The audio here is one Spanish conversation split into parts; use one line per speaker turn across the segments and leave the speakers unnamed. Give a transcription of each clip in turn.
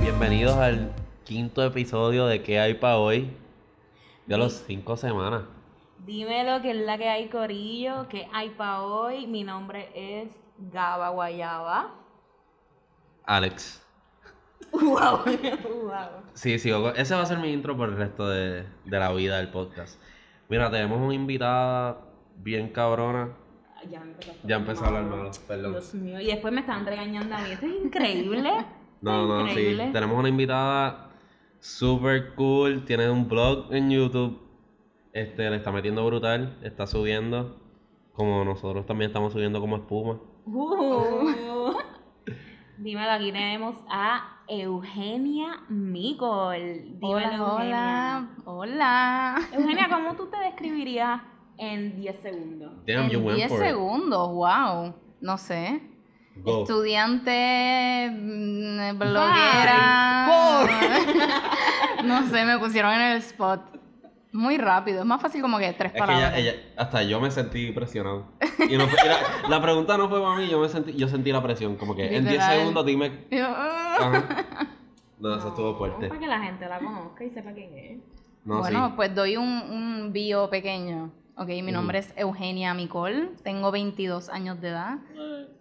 bienvenidos al quinto episodio de ¿Qué hay para hoy? Ya los cinco semanas.
Dímelo, que es la que hay, Corillo, que hay para hoy. Mi nombre es Gaba Guayaba.
Alex.
Wow,
Uh,
Sí, sí, ok. ese va a ser mi intro por el resto de, de la vida del podcast. Mira, tenemos una invitada bien cabrona.
Ya empezó,
Ya empezó a hablar malo, perdón.
Dios mío, y después me están regañando a mí. Esto es increíble.
No, no, sí.
Increíble.
Tenemos una invitada super cool. Tiene un blog en YouTube. Este, le está metiendo brutal. Está subiendo. Como nosotros también estamos subiendo como espuma.
Uh. Dímelo, aquí tenemos a Eugenia Micol. Dímelo,
Hola, hola, hola.
Eugenia. Eugenia, ¿cómo tú te describirías en 10 segundos?
Damn, you
en
went
10
for it.
segundos, wow. No sé.
Go.
Estudiante, mm, bloguera. no sé, me pusieron en el spot. Muy rápido, es más fácil como que
Es
tres
que ella,
palabras.
ella- hasta yo me sentí presionado. Y no fue- y la, la pregunta no fue para mí, yo, me sentí, yo sentí la presión. Como que en 10
Literal.
segundos dime.
Yo, ah.
Ajá. No, eso estuvo fuerte.
Para que la gente la conozca y sepa quién es.
No,
bueno,
sí.
pues doy un, un bio pequeño. Ok, mi
Ujú.
nombre es Eugenia Micol, tengo 22 años de edad.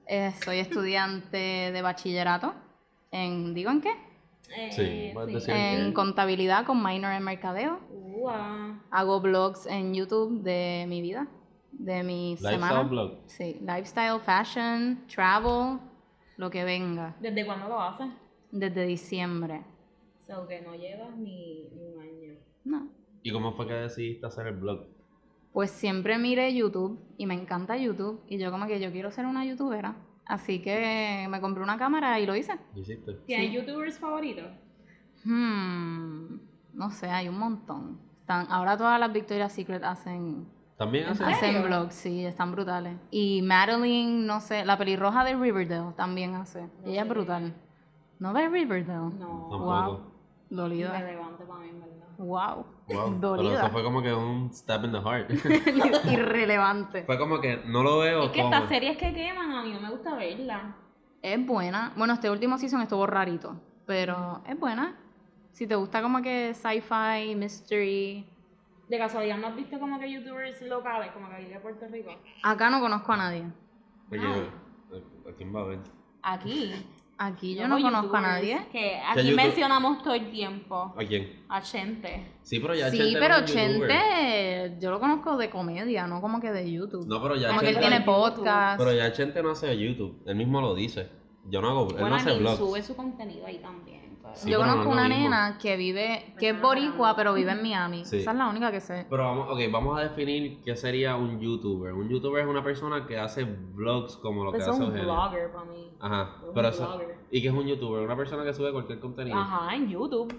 Eh, soy estudiante de bachillerato en, ¿digo en qué?
Eh,
Sí, más de cien.
En
Ok.
contabilidad con minor en mercadeo.
Ua.
Hago blogs en YouTube de mi vida, de mi pues, semana.
Lifestyle blog.
Sí, lifestyle, fashion, travel, lo que venga.
¿Desde cuándo lo haces?
Desde diciembre.
So que no llevas ni, ni un año.
No.
¿Y cómo fue que decidiste hacer el blog?
Pues siempre miré YouTube y me encanta YouTube y yo como que yo quiero ser una youtubera. Así que me compré una cámara y lo hice.
¿Lo hiciste?
¿Tienes youtubers favoritos?
Hmm, no sé, hay un montón. Están, ahora todas las Victoria's Secret hacen,
También hace.
hacen vlogs, sí, están brutales. Y Madeline, no sé, la pelirroja de Riverdale también hace. Ella es brutal. ¿No ves Riverdale?
No.
Tampoco.
Dolido.
Relevante para mí, en ¿verdad?
Wow.
Wow. Pero
Dolida.
eso fue como que un step in the heart.
Irrelevante.
fue como que no lo veo.
Es que
toma.
estas series que queman a mí no me gusta verlas.
Es buena. Bueno, este último season estuvo rarito, pero es buena. Si te gusta como que sci-fi, mystery.
De casualidad, ¿no has visto como que youtubers locales, como que aquí de Puerto Rico?
Acá no conozco a nadie.
Oye,
Ah.
¿a quién va a ver?
Aquí.
Aquí yo no conozco a nadie.
Que
Ya
aquí
YouTube-
mencionamos todo el tiempo.
¿A quién?
A gente.
Sí, pero ya
Sí,
Chente era
pero
un youtuber.
Chente, yo lo conozco de comedia, no como que de YouTube.
No, pero ya
como que él
Chente-
tiene
YouTube.
podcast.
Pero ya Chente no hace YouTube, él mismo lo dice. Yo no hago, él no
Bueno,
hace
aquí
vlogs.
sube su contenido ahí también. pues. pero-
Sí,
yo
pero no
conozco
es lo
una
mismo.
nena que vive, que es boricua, pero vive en Miami.
Sí.
Esa es la única que sé.
Pero vamos, ok, vamos a definir qué sería un youtuber. Un youtuber es una persona que hace vlogs como lo
Pues
que
es
hace
un
Eugenio.
blogger para mí.
Ajá,
Es un
pero eso.
blogger.
¿Y qué es un youtuber? Una persona que sube cualquier contenido.
Ajá, en YouTube.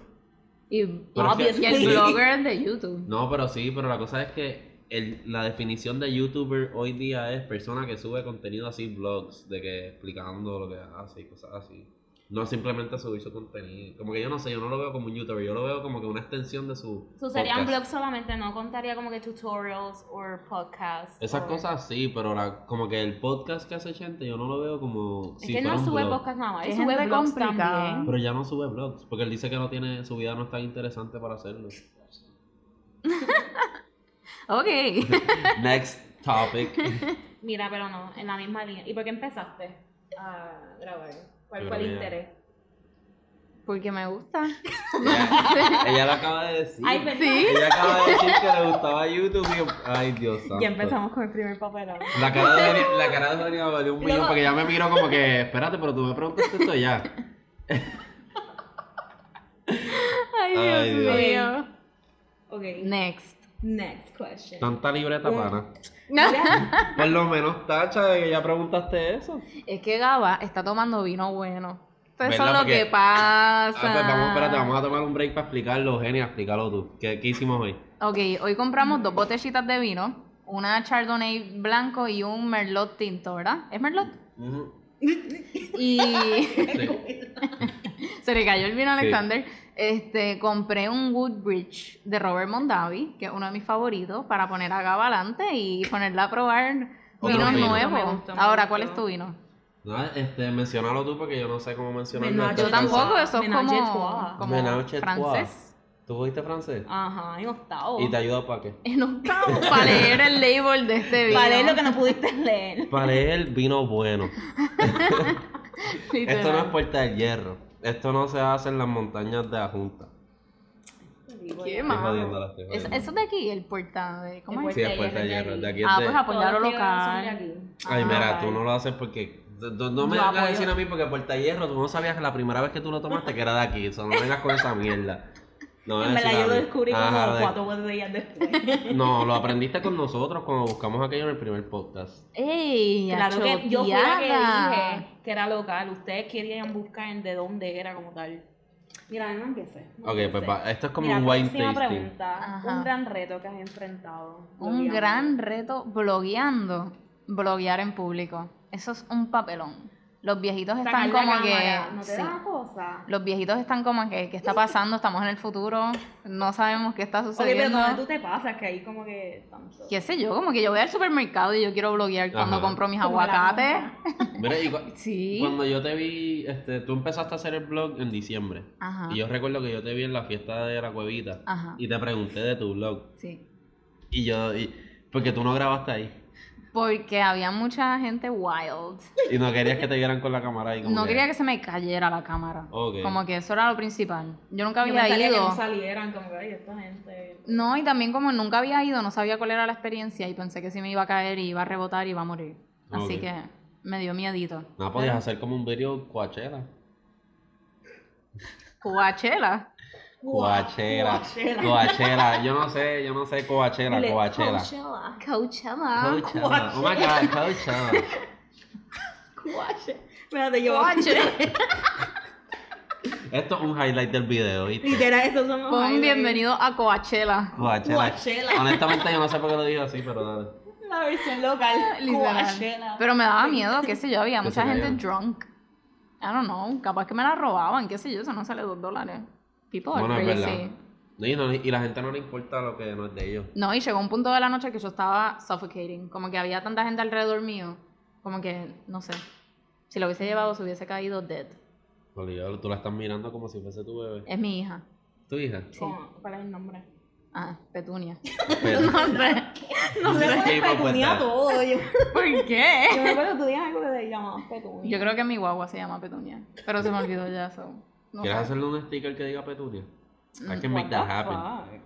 Y,
Pero es que-
y el blogger de YouTube.
No, pero sí, pero la cosa es que el- la definición de youtuber hoy día es persona que sube contenido así, vlogs, de que explicando lo que hace y cosas así. No simplemente subir su contenido. Como que yo no sé, yo no lo veo como un youtuber, yo lo veo como que una extensión de su.
So, serían
podcast.
blogs solamente, no contaría como que tutorials o podcasts.
Esas
or-
cosas sí, pero la, como que el podcast que hace gente yo no lo veo como
Es
si
que él
fuera
no
un
sube
blog.
podcast nada más, él
Qué
sube
gente
blogs
complicada.
también.
Pero ya no sube blogs, porque él dice que no tiene, su vida no es tan interesante para hacerlo.
Ok.
Next topic.
Mira, pero no, en la misma línea. ¿Y por qué empezaste a grabar? ¿Cuál
Yo
fue el
creo que ya.
interés?
Porque me gusta.
ella, ella lo acaba de decir.
Ay, perdón.
Ella acaba de decir que le gustaba YouTube y yo- Ay, Dios santo.
Ya empezamos con el primer papelón.
La cara de Dani, la cara de Dani me valió un millón
Luego-
porque ya me miro como que, espérate, pero tú me preguntaste esto ya.
Ay, Dios,
Ay, Dios.
mío.
Ok,
Next.
next question.
Tanta libreta pana.
Mira,
Por lo menos tacha de que ya preguntaste eso.
Es que Gaba está tomando vino bueno. Entonces eso es
¿Verdad?
lo
Porque-
que pasa.
Ah, pues vamos, espérate, vamos a tomar un break para explicarlo, Eugenia, explícalo tú. ¿Qué, qué hicimos hoy?
Ok, hoy compramos dos botellitas de vino, una Chardonnay blanco y un Merlot tinto, ¿verdad? ¿Es Merlot? Y
Sí.
se le cayó el vino
Sí.
a Alexander. Este, compré un Woodbridge de Robert Mondavi, que es uno de mis favoritos, para poner a Gaba adelante y ponerla a probar
Otro
vinos
vino.
nuevos.
Me gustó, me
Ahora,
gustó.
¿cuál es tu vino?
Nada, este, mencionalo tú porque yo no sé cómo mencionarlo. Este,
Menage
Yo
Entonces,
tampoco, eso es
Ménage
como,
trois.
como
Ménage trois.
francés. Oh.
¿Tú cogiste francés?
Ajá, en octavo.
¿Y te ayuda para qué?
En octavo, Eh, para leer el label de este video.
Para leer lo que no pudiste leer.
Para él, vino bueno.
Literal.
Esto no es puerta del hierro. Esto no se hace en las montañas de la Junta.
Qué
Estoy
malo.
jodiéndola, estoy
Es-
jodiéndola.
eso de aquí, el portal. de- ¿Cómo
El
es?
Sí, es puerta del hierro. De aquí es
Ah,
de-
pues apoyar lo
Todos los que van a
local.
salir aquí.
Ay, mira,
Ay.
tú no lo haces porque. No, no- no me
Yo
vengas a
apoyo.
decir a mí porque Puerta de Hierro, tú no sabías que la primera vez que tú lo tomaste que era de aquí. O sea, no vengas con esa mierda. No, me
En
vengas a
verdad, yo
decir
lo
a mí.
descubrí
Ah, Ajá,
como
de-
cuatro días después.
No, lo aprendiste con nosotros cuando buscamos aquello en el primer podcast.
¡Ey!
Claro que yo fui la que
achoteada.
dije que era local. Ustedes querían buscar en de dónde era como tal. Mira, no empecé. no
Ok, pues
empecé.
va, esto es como
Mira,
un wine
próxima
tasting.
pregunta.
Ajá.
Un gran reto que has enfrentado.
Un
Blogueando.
gran reto blogueando. Bloguear en público. Eso es un papelón. Los viejitos
Sacar
están
la
como que.
cámara, ¿No te
sí.
da cosa?
Los viejitos están como que, ¿qué está pasando? Estamos en el futuro, no sabemos qué está
Ok, pero
sucediendo.
¿dónde tú te pasas? Que ahí como que... Tanto.
¿Qué sé yo? Como que yo voy al supermercado y yo quiero bloguear cuando
Ajá.
compro mis
Como la
aguacates.
Mira, y cu-
Sí.
cuando yo te vi, este, tú empezaste a hacer el blog en diciembre.
Ajá.
Y yo recuerdo que yo te vi en la fiesta de la cuevita.
Ajá.
Y te pregunté de tu blog.
Sí.
Y yo, y- porque tú no grabaste ahí.
Porque había mucha gente wild.
Y no querías que te vieran con la cámara ahí. Como
No quería que se me cayera la cámara.
Ok.
Como que eso era lo principal. Yo nunca
Yo
había
pensaría que
ido.
no salieran como que, ay, esta gente...
No, y también como nunca había ido, no sabía cuál era la experiencia y pensé que si me iba a caer y iba a rebotar y iba a morir. Así
Ok.
que me dio miedito.
No podías hacer como un video Coachella.
Coachella.
Coachella.
Coachella.
Coachella. Yo no sé, yo no sé Coachella,
Dile,
Coachella.
Coachella.
Coachella.
Coachella. Oh my god, Coachella.
Coachella. Espérate, yo...
Esto es un highlight del video, ¿viste?
Literal, esos son los
Pon
highlights.
bienvenido a Coachella.
Coachella.
Coachella.
Honestamente yo no sé por qué lo digo así, pero dale.
La versión local.
Ah, Literal.
Coachella.
Pero me daba miedo, qué sé yo, había
Que
mucha
se
gente
caían.
drunk. I don't know, capaz que me la robaban, qué sé yo, eso no sale dos dólares. People
Oh,
are
Bueno, es verdad.
crazy.
Y, no- y la gente no le importa lo que no es de ellos.
No, y llegó un punto de la noche que yo estaba suffocating, como que había tanta gente alrededor mío, como que, no sé, si lo hubiese llevado se hubiese caído dead.
Obligado, tú la estás mirando como si fuese tu bebé.
Es mi hija.
¿Tu hija?
¿Cómo? ¿Cuál es el nombre?
Ah, Petunia.
Pero-
No sé.
No
Sí,
sé, me
pues,
petunía
está.
todo. Yo,
¿Por qué?
yo me acuerdo que tú dices algo que te llamabas petunia.
Yo creo que mi guagua se llama Petunia, pero se me olvidó ya eso. No
¿Quieres
sé.
hacerle un sticker que diga Petunia? I can
pues. Mm, What
make that
the
happen.
fuck?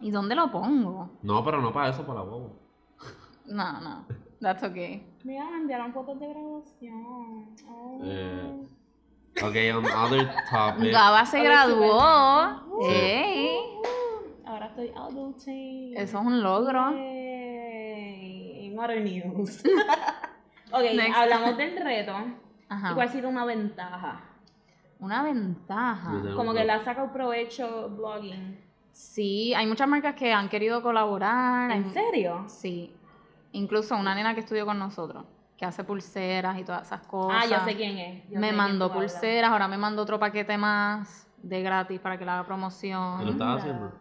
¿Y dónde lo pongo?
No, pero no para eso, para la boba.
No, no, that's okay.
Mira, me enviaron fotos de graduación. Oh.
Eh, Ok, on other topic.
Gaba se
Ay,
graduó.
Sí.
¡Ey!
Uh, Oh, Ahora estoy adulting.
Eso es un logro.
Yay. In other news. ok,
Next. Ah.
hablamos del reto. ¿Y cuál
Ajá.
ha sido una ventaja?
Una ventaja.
Yo
Como que
creo.
le ha sacado provecho blogging.
Sí, hay muchas marcas que han querido colaborar. hay-
¿En serio?
Sí. Incluso una nena que estudió con nosotros, que hace pulseras y todas esas cosas.
Ah, yo sé quién es. Yo sé
Me
quién
mandó
tú hablas.
pulseras, ahora me mandó otro paquete más de gratis para que le haga promoción.
¿Te lo estás
Anda.
haciendo?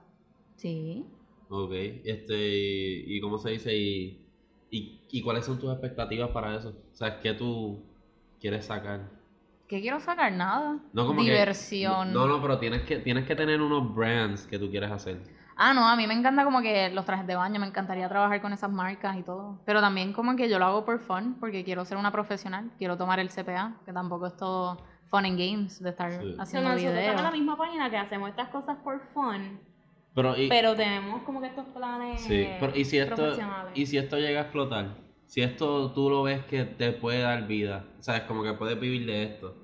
Sí.
Ok, este, y, y cómo se dice, y, y, y cuáles son tus expectativas para eso? O sea, ¿qué tú quieres sacar?
¿Qué quiero sacar? Nada.
No como que-
Diversión.
no, no, pero tienes que, tienes que tener unos brands que tú quieres hacer.
Ah, no, a mí me encanta como que los trajes de baño, me encantaría trabajar con esas marcas y todo. Pero también como que yo lo hago por fun, porque quiero ser una profesional, quiero tomar el CPA, que tampoco es todo fun and games de estar
Sí.
So,
haciendo
nosotros estamos en la
videos.
misma página que hacemos estas cosas por fun,
Pero, y,
pero tenemos como que estos planes
sí,
eh,
pero ¿y si esto,
profesionales.
y si esto llega a explotar? Si esto tú lo ves que te puede dar vida, ¿sabes? Como que puedes vivir de esto.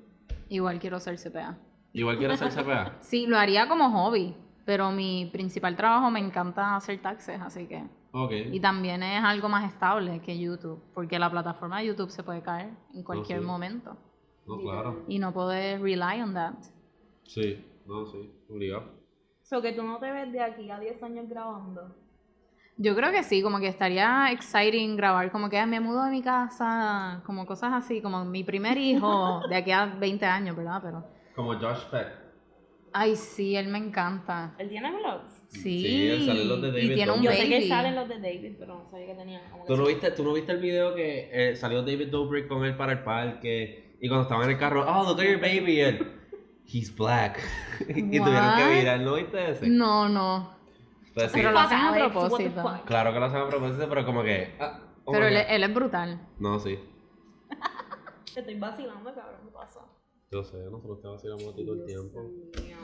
Igual quiero ser CPA.
Igual quieres ser CPA.
Sí, lo haría como hobby, pero mi principal trabajo me encanta hacer taxes, así que...
Ok.
Y también es algo más estable que YouTube, porque la plataforma de YouTube se puede caer en cualquier
sí.
momento.
No, claro.
Y no puedes rely on that.
Sí, no, sí, obligado.
So que tú no te ves de aquí a 10 años grabando.
Yo creo que sí, como que estaría exciting grabar, como que "Ay, me mudo de mi casa, como cosas así, como mi primer hijo de aquí a 20 años, ¿verdad? Pero
Como Josh Peck.
Ay, sí, él me encanta.
¿Él tiene vlogs?
Sí.
Sí, él sale en los de David
y tiene un
Yo
Dobrik.
sé
baby.
que salen los de David, pero no sabía que tenía. como que
¿Tú no,
su-
viste, ¿Tú no viste el video que eh, salió David Dobrik con él para el parque? Y cuando estaban en el carro, oh, look at your baby, y él, he's black. y tuvieron que
What?
mirar, ¿no viste ese?
No, no.
Pues sí,
Pero lo hacen a
Alex, what the
propósito.
fuck?
claro que lo hacen a propósito, pero como que, ah, oh
Pero
my
él,
God.
él es brutal.
No, sí.
Te estoy vacilando, cabrón, ¿qué pasa?
Yo sé, nosotros te vacilamos a ti todo el tiempo.
Dios mío.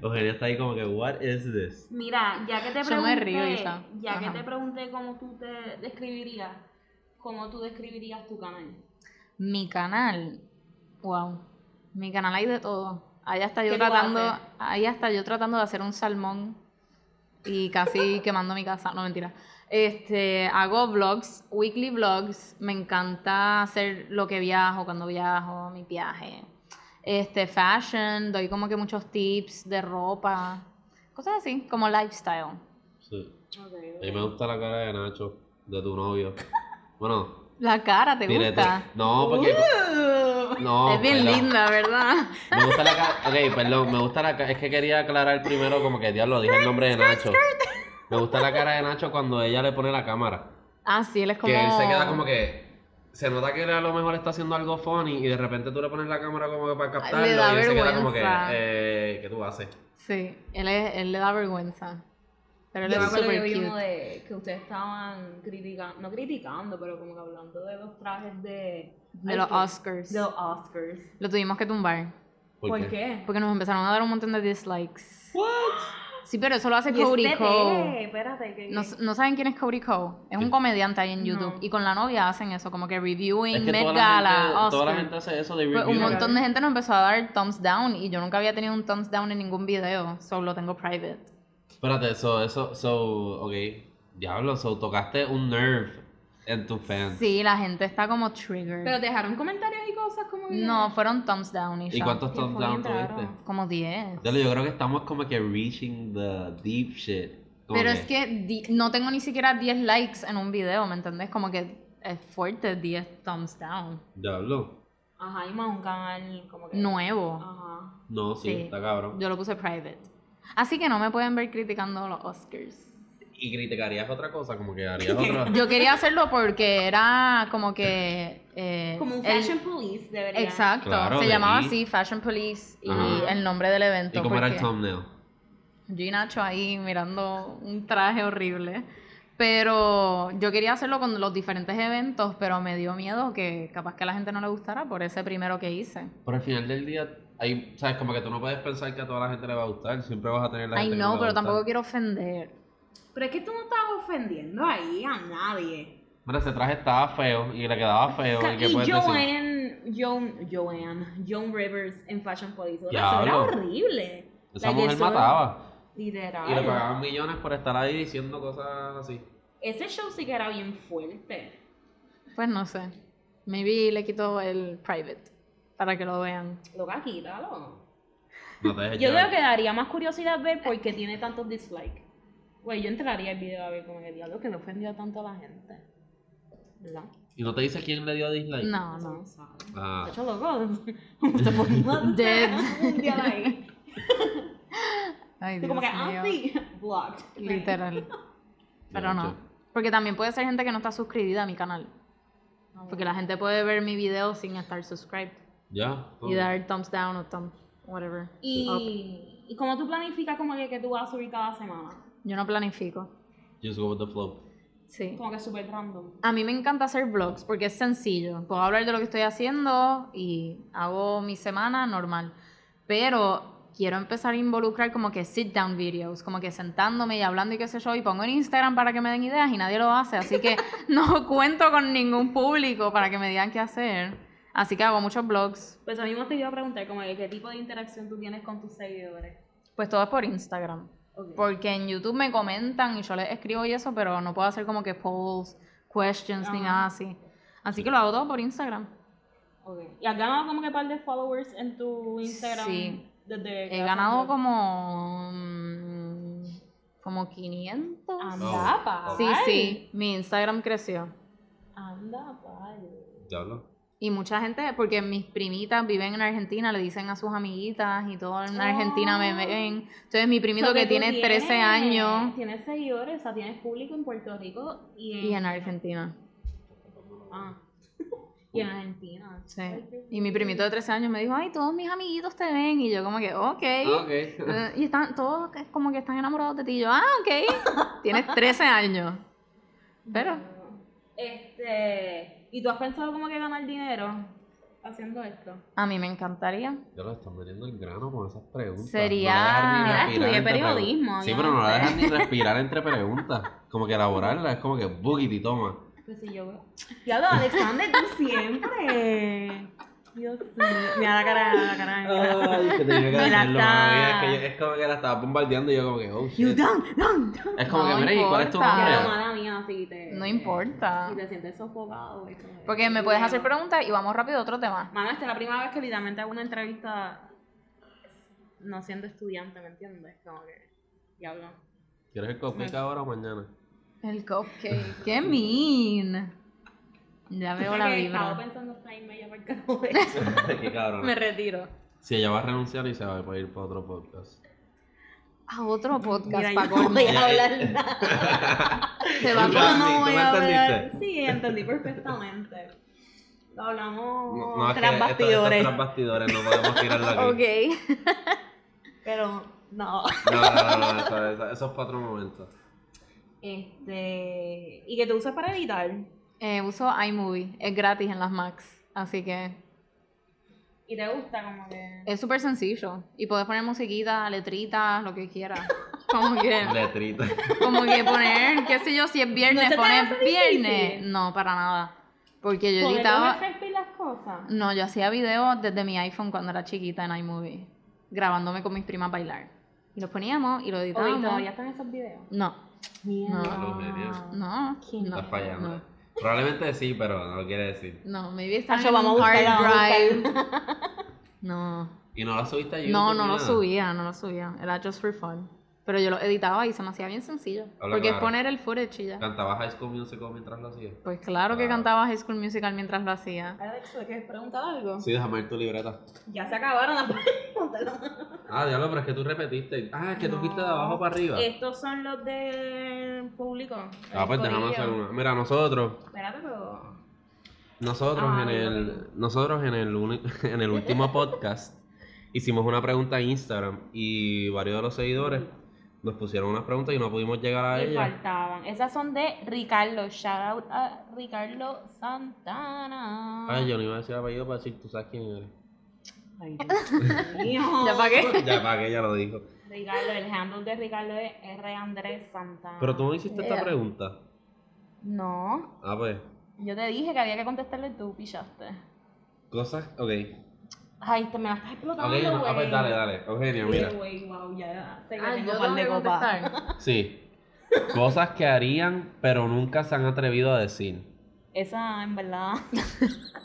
Eugenia está ahí como que, what is this?
Mira, ya que te
Yo
pregunté,
me río, Isa.
ya
Ajá.
que te pregunté cómo tú te describirías, cómo tú describirías tu canal.
Mi canal. Wow. Mi canal hay de todo. Ahí hasta yo
¿Qué tú
tratando,
haces?
ahí hasta yo tratando de hacer un salmón y casi quemando mi casa. No, mentira. Este, hago vlogs, weekly vlogs. Me encanta hacer lo que viajo, cuando viajo, mi viaje. Este, fashion, doy como que muchos tips de ropa, cosas así, como lifestyle.
Sí.
Okay,
A mí me gusta la cara de Nacho, de tu novio. Bueno,
La cara, ¿te
diré tú.
gusta? Uh,
No, porque. No,
es bien
¿verdad?
linda, ¿verdad?
Me gusta la cara. Ok, perdón, me gusta la cara. Es que quería aclarar primero, como que diablo, dije el nombre de Nacho. Me gusta la cara de Nacho cuando ella le pone la cámara.
Ah, sí, él es como...
Que él se queda como que. Se nota que él a lo mejor está haciendo algo funny y de repente tú le pones la cámara como que para captarlo
da
y él se queda como que.
vergüenza.
Eh, ¿Qué tú haces?
Sí, él, es- él le da vergüenza. Pero él
Yo me
es
acuerdo que
súper
vi uno
cute.
de que ustedes estaban criticando, no criticando, pero como que hablando de los trajes de,
De
ay,
los
que-
Oscars.
de los Oscars.
Lo tuvimos que tumbar.
¿Por, qué?
Porque nos empezaron a dar un montón de dislikes. Sí, pero eso lo hace
Y
Cody
este
Cole.
té, espérate, que
No, no saben quién es Cody Cole. Es un
Sí.
comediante ahí en YouTube.
No.
Y con la novia hacen eso, como que reviewing,
Es que
Met
toda
Gala,
la, gente, toda la
Oscar.
gente hace eso de
Pues
review.
un
Review.
montón de gente nos empezó a dar thumbs down y yo nunca había tenido un thumbs down en ningún video, solo lo tengo private.
Espérate, so, eso, so, ok. Diablo, so, tocaste un nerve en tus fans.
Sí, la gente está como triggered.
Pero dejaron comentarios y cosas como que-
no, fueron thumbs down y,
¿Y
ya.
cuántos
Qué
thumbs
funny,
down
claro.
tuviste?
Como 10.
Diablo, yo creo que estamos como que reaching the deep shit. Como
Pero es que di- no tengo ni siquiera 10 likes en un video, ¿me entendés? Como que es fuerte 10 thumbs down.
Diablo.
Ajá, y más un canal como que.
Nuevo.
Ajá.
No, sí,
Sí.
está cabrón.
Yo lo puse private. Así que no me pueden ver criticando los Oscars.
Y criticarías otra cosa, como que harías otra.
Yo quería hacerlo porque era como que... eh,
Como un
el-
fashion police, debería.
Exacto.
Claro,
Se
de
llamaba
ahí.
así, Fashion Police, y
Ajá.
el nombre del evento.
¿Y cómo era el
porque-
thumbnail?
Yo y Nacho ahí mirando un traje horrible. Pero yo quería hacerlo con los diferentes eventos, pero me dio miedo que capaz que a la gente no le gustara por ese primero que hice.
Pero al final del día, hay, sabes, como que tú no puedes pensar que a toda la gente le va a gustar. Siempre vas a tener la
Ay,
gente que
no,
le va a
pero
gustar.
tampoco quiero ofender.
Pero es que tú no estás ofendiendo ahí a nadie.
Mira, ese traje estaba feo y le quedaba feo. ¿Y qué
y
puedes decir?
Joanne, Joan, Joanne, Joan Rivers en Fashion Police. Eso era
Diablo.
horrible.
Esa
Like,
mujer
eso era-
mataba.
Literal.
Y le pagaban millones por estar ahí diciendo cosas así.
Ese show sí que era bien fuerte.
Pues no sé. Maybe le quito el private para que lo vean.
Loca, quítalo.
No te dejes
Yo creo
llevar.
que daría más curiosidad ver por qué tiene tantos dislikes. Güey, yo entraría al video a ver como que diablo que le ofendió tanto a la gente. ¿Verdad?
¿Y no te dice quién le dio dislike?
No,
Eso
no.
sabe.
Ah.
De hecho, loco, te ponemos
Dead.
un día ahí.
Ay,
Tú como que,
Dios
ah,
mío.
sí, blocked.
Literal. Pero no.
Nacho.
Porque también puede ser gente que no está suscribida a mi canal.
Ah,
Porque la gente puede ver mi video sin estar subscribed.
Ya. todo.
Y dar thumbs down o thumbs whatever.
Y, y como tú planificas como que, que tú vas a subir cada semana.
Yo no planifico.
Just go with the flow.
Sí.
Como que súper random.
A mí me encanta hacer vlogs porque es sencillo. Puedo hablar de lo que estoy haciendo y hago mi semana normal. Pero quiero empezar a involucrar como que sit down videos, como que sentándome y hablando y qué sé yo, y pongo en Instagram para que me den ideas y nadie lo hace. Así que no cuento con ningún público para que me digan qué hacer. Así que hago muchos vlogs.
Pues a mí me te iba a preguntar como que qué tipo de interacción tú tienes con tus seguidores.
Pues todo es por Instagram.
Ok.
Porque en YouTube me comentan y yo les escribo y eso, pero no puedo hacer como que polls, questions, ni
Ajá.
nada así. Así que lo hago todo por Instagram.
Ok. ¿Y has ganado como que par de followers en tu Instagram?
Sí.
Desde que
He
haces
ganado
blog?
como. mm, como 500.
Anda,
Oh.
pal.
sí, sí, mi Instagram creció.
Anda, pal.
Diablo.
Y mucha gente, porque mis primitas viven en Argentina, le dicen a sus amiguitas y todo en Argentina me
Oh.
ven. Entonces mi primito
So
que
tú
tiene 13
tienes-
años
Tienes seguidores, o sea, tienes público en Puerto Rico y en,
y en Argentina.
Ah. y en Argentina.
Sí.
Ay, qué
Y mi primito de 13 años me dijo, ay, todos mis amiguitos te ven. Y yo como que, ok.
Ah, ok.
Eh, Y están, todos que- como que están enamorados de ti. Y yo, ah, ok. Tienes 13 años. Pero
Este, ¿y tú has pensado como que ganar dinero haciendo esto?
a mí me encantaría.
Ya lo están metiendo el grano con esas preguntas.
Sería-
No la dejan ni
Mira,
respirar
estudié
entre preguntas.
periodismo,
Sí,
yo
pero
no
no la
sé.
dejan ni respirar entre preguntas. Como que elaborarla es como que bugiti toma.
Pues si yo Ya lo Alexander tú siempre. Dios mío. Mira la cara, la cara. la cara.
Ay, que tenía que
Mira,
hacerlo, mami. Es,
está.
que yo- es como que la estaba bombardeando y yo como que, oh
You
shit.
don't, don't, don't.
Es como
No
que, mira, ¿y cuál es tu
importa.
Ya lo
nombre?
mala mía, así te.
No importa.
Si te sientes sofocado. eso es.
Porque me puedes hacer preguntas y vamos rápido a otro tema.
Mano, esta es la primera vez que literalmente hago una entrevista no siendo estudiante, ¿me entiendes? Como que. Diablo.
¿Quieres el cupcake ahora o mañana?
El cupcake. ¡Qué mean! Ya veo la
Que Estaba
vibra.
pensando hasta ahí media porque no he hecho.
Qué cabrón.
Me retiro.
Si ella va a renunciar y se va a ir para otro podcast.
A otro podcast,
Mira, yo
pa'
no voy
colmo.
a hablar nada.
Se
Yo
va con-
Yo no
¿tú
voy
me
a hablar.
entendiste?
Sí, entendí perfectamente. Lo hablamos
No, no, es que esto- esto
tras
es
bastidores.
Tras bastidores, no podemos tirarlo aquí.
Ok.
Pero
No, no,
no.
no, no, eso, eso- eso es para otro momento.
Este. ¿Y que tú usas para editar?
Eh, uso iMovie. Es gratis en las Macs. Así que
¿Y te gusta como que.?
es súper sencillo. Y puedes poner musiquita, letritas, lo que quieras. Como que,
Letrita.
como que poner, qué sé yo, si es
¿No
viernes,
se te
pones
hace
viernes.
difícil?
No, para nada. Porque yo
Poner
editaba.
los efectos y las cosas.
No, yo hacía videos desde mi iPhone cuando era chiquita en iMovie. Grabándome con mis primas bailar. Y los poníamos y lo
Oye,
editábamos.
todavía están esos videos.
No,
Los genios.
no,
¿Quién?
Ah, no.
Estás fallando.
No.
Probablemente sí, pero no lo quiere decir.
No, maybe está
Tacho,
en
vamos
un
a
hard
buscarla, vamos a
drive. No.
¿Y no la subiste a YouTube?
No,
ni
no lo
nada?
subía, no lo subía. Era just for fun. Pero yo lo editaba y se me hacía bien sencillo.
Habla
porque es
claro.
poner el footage y ya.
¿Cantabas High School Musical mientras lo hacías?
Pues claro que
Claro.
cantaba High School Musical mientras lo hacía.
Alex, ¿te quieres preguntar algo?
Sí, déjame ver tu libreta.
Ya se acabaron las preguntas.
Ah, diablo, pero es que tú repetiste. Ah, es que tú
No.
fuiste de abajo para arriba.
Estos son los del público.
Ah, pues déjame hacer una. Mira, nosotros,
Espérate, pero.
nosotros
Ah,
en
no.
el, nosotros en el, uni- en el último podcast hicimos una pregunta en Instagram y varios de los seguidores nos pusieron unas preguntas y no pudimos llegar a
Le
ella.
faltaban. Esas son de Ricardo. Shout out a Ricardo Santana.
Ay, Ah, yo no iba a decir apellido para decir tú sabes quién eres.
Ay, Dios mío.
¿Ya pagué?
Ya para que ella lo dijo.
Ricardo, el handle de Ricardo es R. Andrés Santana.
Pero tú no hiciste
Yeah.
esta pregunta.
No.
Ah, pues.
Yo te dije que había que contestarle tú, pillaste.
Cosas. Ok.
Ay, te me la estás
Ok,
explotando,
no, ah, pues
güey.
dale, dale. Eugenio, mira.
Sí, güey, wow, ya. Te
Ah,
gané
yo
un par
tengo
de
que
copas.
contestar.
Sí. Cosas que harían, pero nunca se han atrevido a decir.
Esa, en verdad.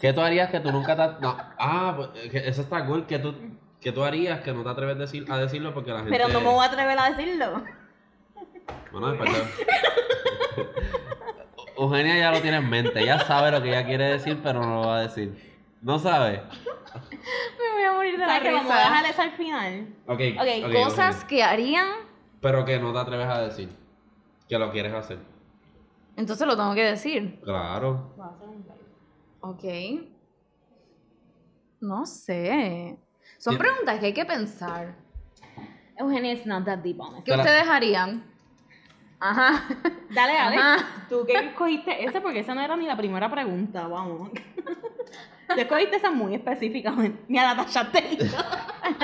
¿Qué tú harías que tú nunca te... has- No. Ah, pues, eh, que eso está cool. ¿Qué tú, que tú harías que no te atreves decir, a decirlo porque la gente...
Pero no me voy a atrever a decirlo.
Bueno, después te- Eugenia ya lo tiene en mente. Ella sabe lo que ella quiere decir, pero no lo va a decir. ¿No sabe?
Me voy a morir de la
¿Sabes que vamos a
risa.
dejar eso al final?
Ok,
Ok,
ok,
Cosas que harían,
Eugenia. Pero que no te atreves a decir. Que lo quieres hacer.
entonces lo tengo que decir.
Claro.
Voy a hacer un live.
Ok. No sé. Son
Bien.
preguntas que hay que pensar.
Eugenia, it's not that deep, honestly.
¿Qué
Espera.
ustedes harían? Ajá.
Dale, Alex.
Ajá.
¿Tú qué escogiste esa? Porque esa no era ni la primera pregunta, vamos. Tú escogiste esa muy específicamente. Mira, la tachaste.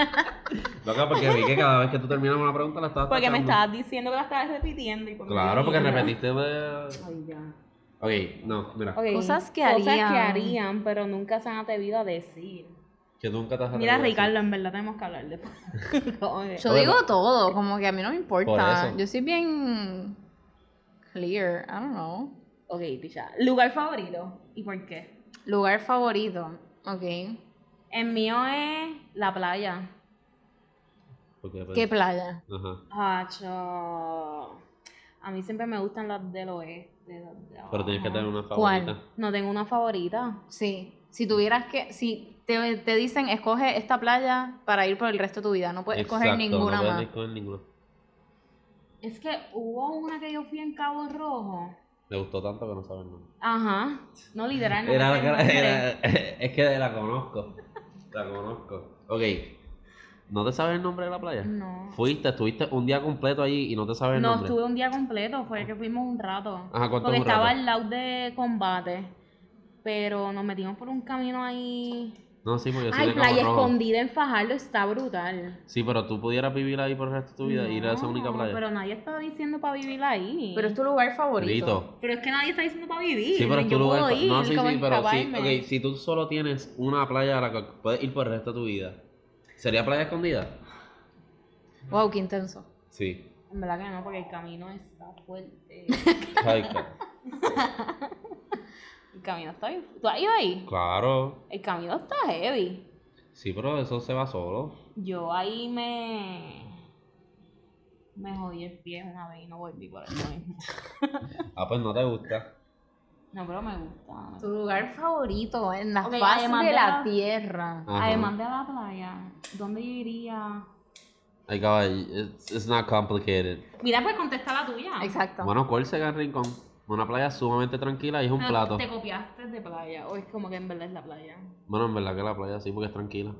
Loca, porque vi que cada vez que tú terminas una pregunta la estabas
Porque me
tachando.
estabas diciendo que la estabas repitiendo. Y pues,
Claro, porque repetiste... eh,
Ay, ya.
Ok, no, mira.
Ok,
Cosas que
Cosas que
harían.
harían, pero nunca se han atrevido a decir.
Que nunca te has atrevido
Mira,
a decir.
Ricardo, en verdad tenemos que hablar después. Como que-
Yo
Oye,
digo
pero-
todo, como que a mí no me importa.
eso.
Yo soy bien clear, I don't know.
Ok, picha. ¿Lugar favorito? ¿Y por qué?
Lugar favorito, ok.
El mío es la playa.
Porque, pues,
¿Qué playa?
Ajá.
Hacho. A mí siempre me gustan las del oeste. las de
Pero tienes que
abajo.
tener una
¿Cuál?
favorita.
No tengo una favorita.
Sí, Si tuvieras que, si te, te dicen escoge esta playa para ir por el resto de tu vida, no puedes escoger
Exacto,
ninguna
no puedes
más.
escoger ninguna.
Es que hubo una que yo fui en Cabo Rojo.
Le gustó tanto que no sabe el nombre.
Ajá. No, literal. no
Era
me
la
acuerdo
cara-
el nombre.
era- es que la conozco. La conozco. Ok. ¿No te sabes el nombre de la playa?
No.
Fuiste, estuviste un día completo allí y no te sabes el
No,
nombre.
estuve un día completo, fue que fuimos un rato.
Ajá, ¿cuánto
Porque
es un rato?
estaba al lado de combate. Pero nos metimos por un camino ahí.
No, sí, porque yo soy
Ay,
de Cabo
playa
Rojo.
escondida en Fajardo está brutal.
Sí, pero tú pudieras vivir ahí por el resto de tu vida, ir a esa única
No,
playa.
Pero nadie está diciendo para vivir ahí.
Pero es tu lugar favorito.
Grito.
Pero es que nadie está diciendo para vivir.
Sí, pero es
yo
tu lugar.
puedo
fa-
ir,
no, sí,
como
sí, pero sí.
escaparme.
Ok, si tú solo tienes una playa a la que puedes ir por el resto de tu vida, ¿sería playa escondida?
Wow, qué intenso.
Sí.
En verdad que no, porque el camino está fuerte.
Jaica.
El camino está bien. ¿Tú has ido ahí?
claro.
El camino está heavy.
Sí, pero eso se va solo.
Yo ahí me. Me jodí el pie una vez y no volví por eso mismo.
Ah, pues no te gusta.
No, pero me gusta.
Tu lugar favorito en la
Ok,
faz
además
de
de
la
la-
tierra.
Ajá.
Además de la playa, ¿dónde yo iría?
Ay, caballo, it's, it's not complicated.
Mira, pues contesta la tuya.
Exacto.
Bueno, Córcega en Rincón. Una playa sumamente tranquila y es un
Pero
plato.
Ah, Te copiaste de playa, o es como que en verdad es la playa.
Bueno, en verdad que la playa sí, porque es tranquila.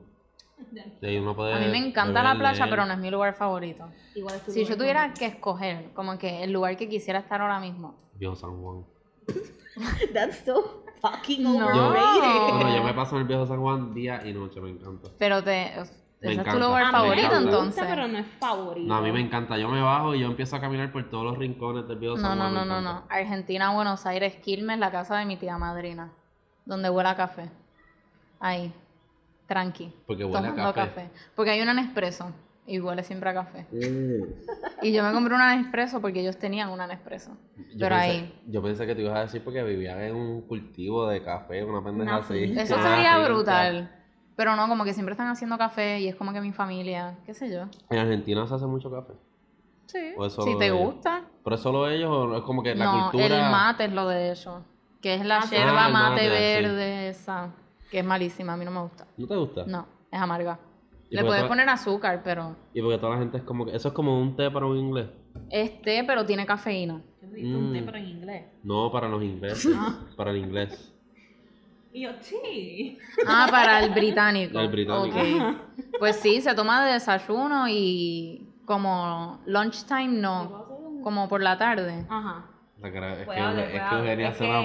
Y ahí uno puede
a mí me encanta la
beber,
playa,
leer.
pero no es mi lugar favorito.
Igual es tu
Si
lugar
yo tuviera que escoger, como que el lugar que quisiera estar ahora mismo.
Viejo San Juan.
favorito. That's so fucking
No.
overrated.
Bueno, yo me paso en el viejo San Juan día y noche, me encanta.
Pero te, ese es
encanta,
tu
me
lugar favorito,
encanta.
entonces.
Gusta, pero no es favorito.
No, a mí me encanta. Yo me bajo y yo empiezo a caminar por todos los rincones del viejo
No,
San
no,
Juan.
no,
me
no, no.
encanta.
Argentina, Buenos Aires, Quilmes, la casa de mi tía madrina, donde huele a café. Ahí, tranqui.
Porque
todo
huele a
mundo
café.
Porque hay una Nespresso y huele siempre a café.
Mm.
Y yo me compré una Nespresso porque ellos tenían una Nespresso.
Yo
pero
pensé-
ahí.
Yo pensé que te ibas a decir porque vivía en un cultivo de café, una pendeja
Una
así. Ah,
finca.
Eso
Una
sería
finca.
brutal. Pero no, como que siempre están haciendo café y es como que mi familia, qué sé yo.
En Argentina se hace mucho café.
Sí.
O eso
si
lo
te
de-
gusta.
¿Pero es solo ellos o es como que la
no,
cultura...?
el mate es lo de ellos. Que es la
Ah, sí.
yerba
Ah, el
mate
mate, sí.
verde esa. Que es malísima, a mí no me gusta.
¿No te gusta?
No, es amarga.
¿Y
Le
por qué
puedes
toda-
poner azúcar, pero
Y porque toda la gente es como que... Eso es como un té para un inglés.
es té, pero tiene cafeína.
Yo te dije un té,
Mm.
pero en inglés.
No, para los ingleses. para el inglés.
Y yo, sí.
Ah, para el británico.
El británico.
Ok. Pues sí, se toma de desayuno y como lunchtime no, como por la tarde.
Ajá.
La cara- es,
Voy
que,
a hablar,
es
voy a
que
hablar.
Eugenia
pues Es
hace, la-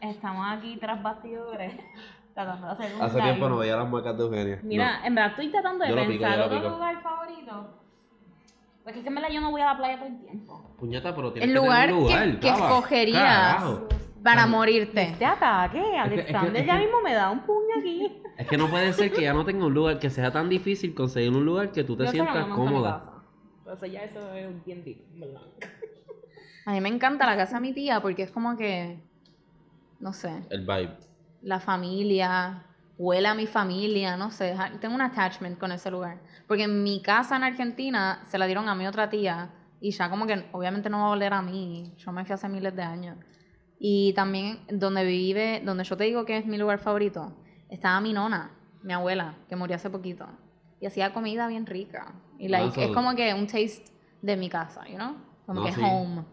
que Estamos aquí tras bastidores. Tratando de hacer un
hace tiempo
live.
no veía las muecas de Eugenia.
Mira, en verdad estoy tratando de
Yo lo pico,
pensar
yo lo
otro
pico.
lugar favorito. Porque es que en verdad yo no voy a la playa todo el tiempo.
No. Puñeta, pero tienes
El
que
lugar,
tener un
que,
lugar.
que
cava.
escogerías
Carajo.
para
Ay.
morirte.
Este ataque,
es que-
Alexander ya mismo me da un puño aquí.
Es que no puede ser que ya no tenga un lugar, que sea tan difícil conseguir un lugar que tú te
Yo solo me
sientas
monto en mi
cómoda.
casa. Entonces ya eso es un tiendito, en verdad.
A mí me encanta la casa de mi tía porque es como que, no sé,
El vibe.
la familia, huele a mi familia, no sé, ja- tengo un attachment con ese lugar. Porque en mi casa en Argentina se la dieron a mi otra tía y ya como que obviamente no va a oler a mí, yo me fui hace miles de años. Y también donde vive, donde yo te digo que es mi lugar favorito, estaba mi nona, mi abuela, que murió hace poquito. Y hacía comida bien rica. Y
Ah,
like,
eso-
es como que un taste de mi casa, you know? Como
No,
que
sí.
home.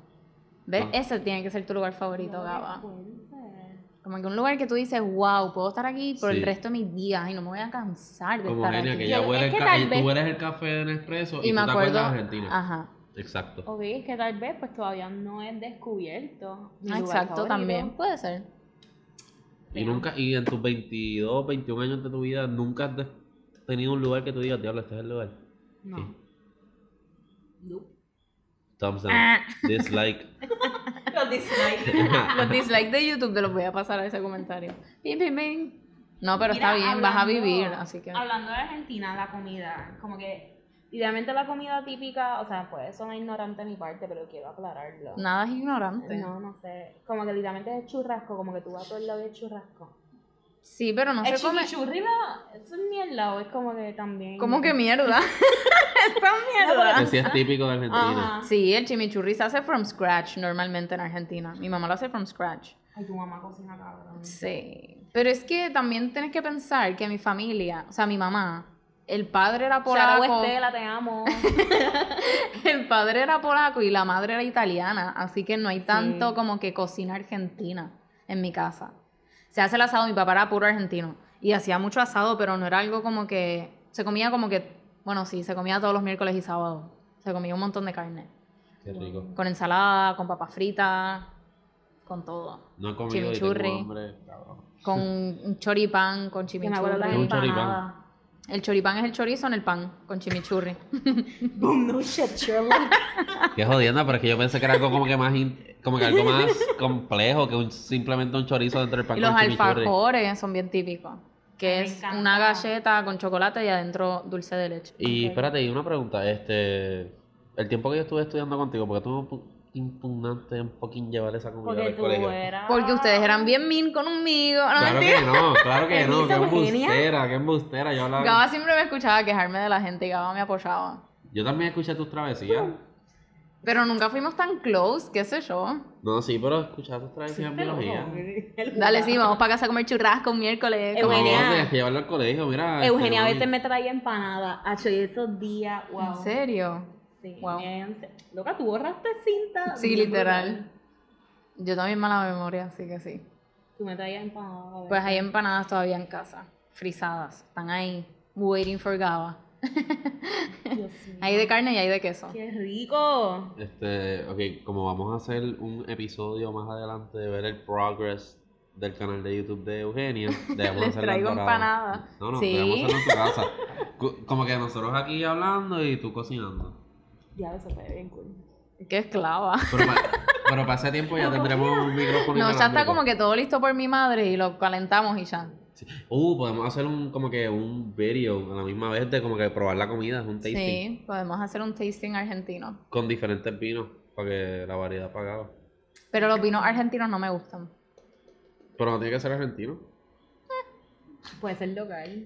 ¿Ves?
Ah.
Ese tiene que ser tu lugar favorito,
No me
Gaba.
cuentes.
Como que un lugar que tú dices, wow, puedo estar aquí por
Sí.
el resto de mis días y no me voy a cansar de
Como
estar
Eugenia,
aquí.
que ya
Es
huele el
que
ca-
tal
y
vez-
tú eres el café de Nespresso y,
y me
tú te acuerdas
acuerdo. Ah.
de Argentina.
Ajá.
Exacto.
Ok, es que tal vez pues todavía no es descubierto. mi
Ah,
lugar
Exacto,
favorito.
también. Puede ser.
Y nunca, y en tus 22, 21 años de tu vida, nunca has des- tenido un lugar que tú digas, diablo, este es el lugar.
No.
Sí.
Nope.
Thompson,
Ah.
dislike.
Los dislikes.
Los dislikes de YouTube te los voy a pasar a ese comentario. Pim, pim, pim. No, pero
Mira,
está bien, vas a
hablando-
vivir, así que.
Hablando de Argentina, la comida, como que idealmente la comida típica, o sea, pues eso no es ignorante de mi parte, pero quiero aclararlo.
Nada es ignorante.
No, no sé. Como que literalmente es churrasco, como que tú vas por el lado y es churrasco.
Sí, pero no
el
se come.
chiquichurrila, eso es mierda o es como que también.
¿Cómo que mierda? Esta mierda.
pero-
Que sí es típico de Argentina.
Ajá.
Sí, el chimichurri se hace from scratch normalmente en Argentina. Mi mamá lo hace from scratch.
Ay, tu mamá cocina cabrón.
Sí. Pero es que también tienes que pensar que mi familia, o sea, mi mamá, el padre era
Shout out
polaco,
Estela, te amo.
el padre era polaco y la madre era italiana, así que no hay tanto como que cocina argentina en mi casa. Se hace el asado, mi papá era puro argentino y hacía mucho asado, pero no era algo como que se comía como que, bueno, sí, se comía todos los miércoles y sábados. Se comía un montón de carne,
Qué rico.
con ensalada, con papas fritas, con todo.
No he comido y
Chimichurri.
tengo hambre, cabrón.
con un choripán, con
Que me acuerdo
chimichurri.
también
Un choripán.
empanada.
El choripán es el chorizo en el pan, con chimichurri.
Ah,
Boom, no shit, Sherlock.
Qué jodienda, pero es que yo pensé que era algo como que más, in- como que algo más complejo que un- simplemente un chorizo dentro del pan
y los
con chimichurri.
alfajores son bien típicos, que
Ah, Me
es
encanta.
una galleta con chocolate y adentro dulce de leche.
Y espérate, y una pregunta, este, el tiempo que yo estuve estudiando contigo, porque tú me pu- impugnante un poquín llevar esa comida
Porque
al
tú
colegio.
eras.
Porque ustedes eran bien mean conmigo. Ah, No,
Claro
mentira.
que no, claro que no, que
misoginia?
embustera, que embustera, yo hablaba.
Gaba siempre me escuchaba quejarme de la gente y Gaba me apoyaba.
Yo también escuché tus travesías.
Mm.
Pero nunca fuimos tan close, qué sé yo.
No, sí, pero escuchaba tus travesías en biología.
Dale, sí, vamos para casa a comer churrasco un miércoles.
No,
Eugenia.
tienes que llevarlo al colegio, mira. este,
Eugenia a
no,
veces me traía empanada. Hacho, y esos días, wow.
¿En serio?
Sí,
Wow.
en se- Loca, tú borraste cinta.
Sí,
Bien
literal.
brutal.
Yo también mala memoria, así que sí.
Tú me traías empanada.
Pues hay empanadas todavía en casa, frisadas. Están ahí, waiting for Gaba.
Dios mío.
Hay de carne y hay de queso.
Qué rico.
Este, ok, como vamos a hacer un episodio más adelante de ver el progress del canal de YouTube de Eugenia, debemos
Les
hacerlo en
traigo
Dorado.
empanada.
No, no,
Sí.
debemos hacerlo en tu casa. Co- Como que nosotros aquí hablando y tú cocinando.
Ya, eso fue bien cool.
Qué esclava.
Pero, pa- pero para ese tiempo ya tendremos un micrófono
No, ya está
inalámbrico.
como que todo listo por mi madre y lo calentamos y ya.
Uh, podemos hacer un como que un video a la misma vez de como que probar la comida, un tasting
Sí, podemos hacer un tasting argentino.
con diferentes vinos para que la variedad pagaba.
Pero los vinos argentinos no me gustan.
Pero no tiene que ser argentino.
Puede ser local.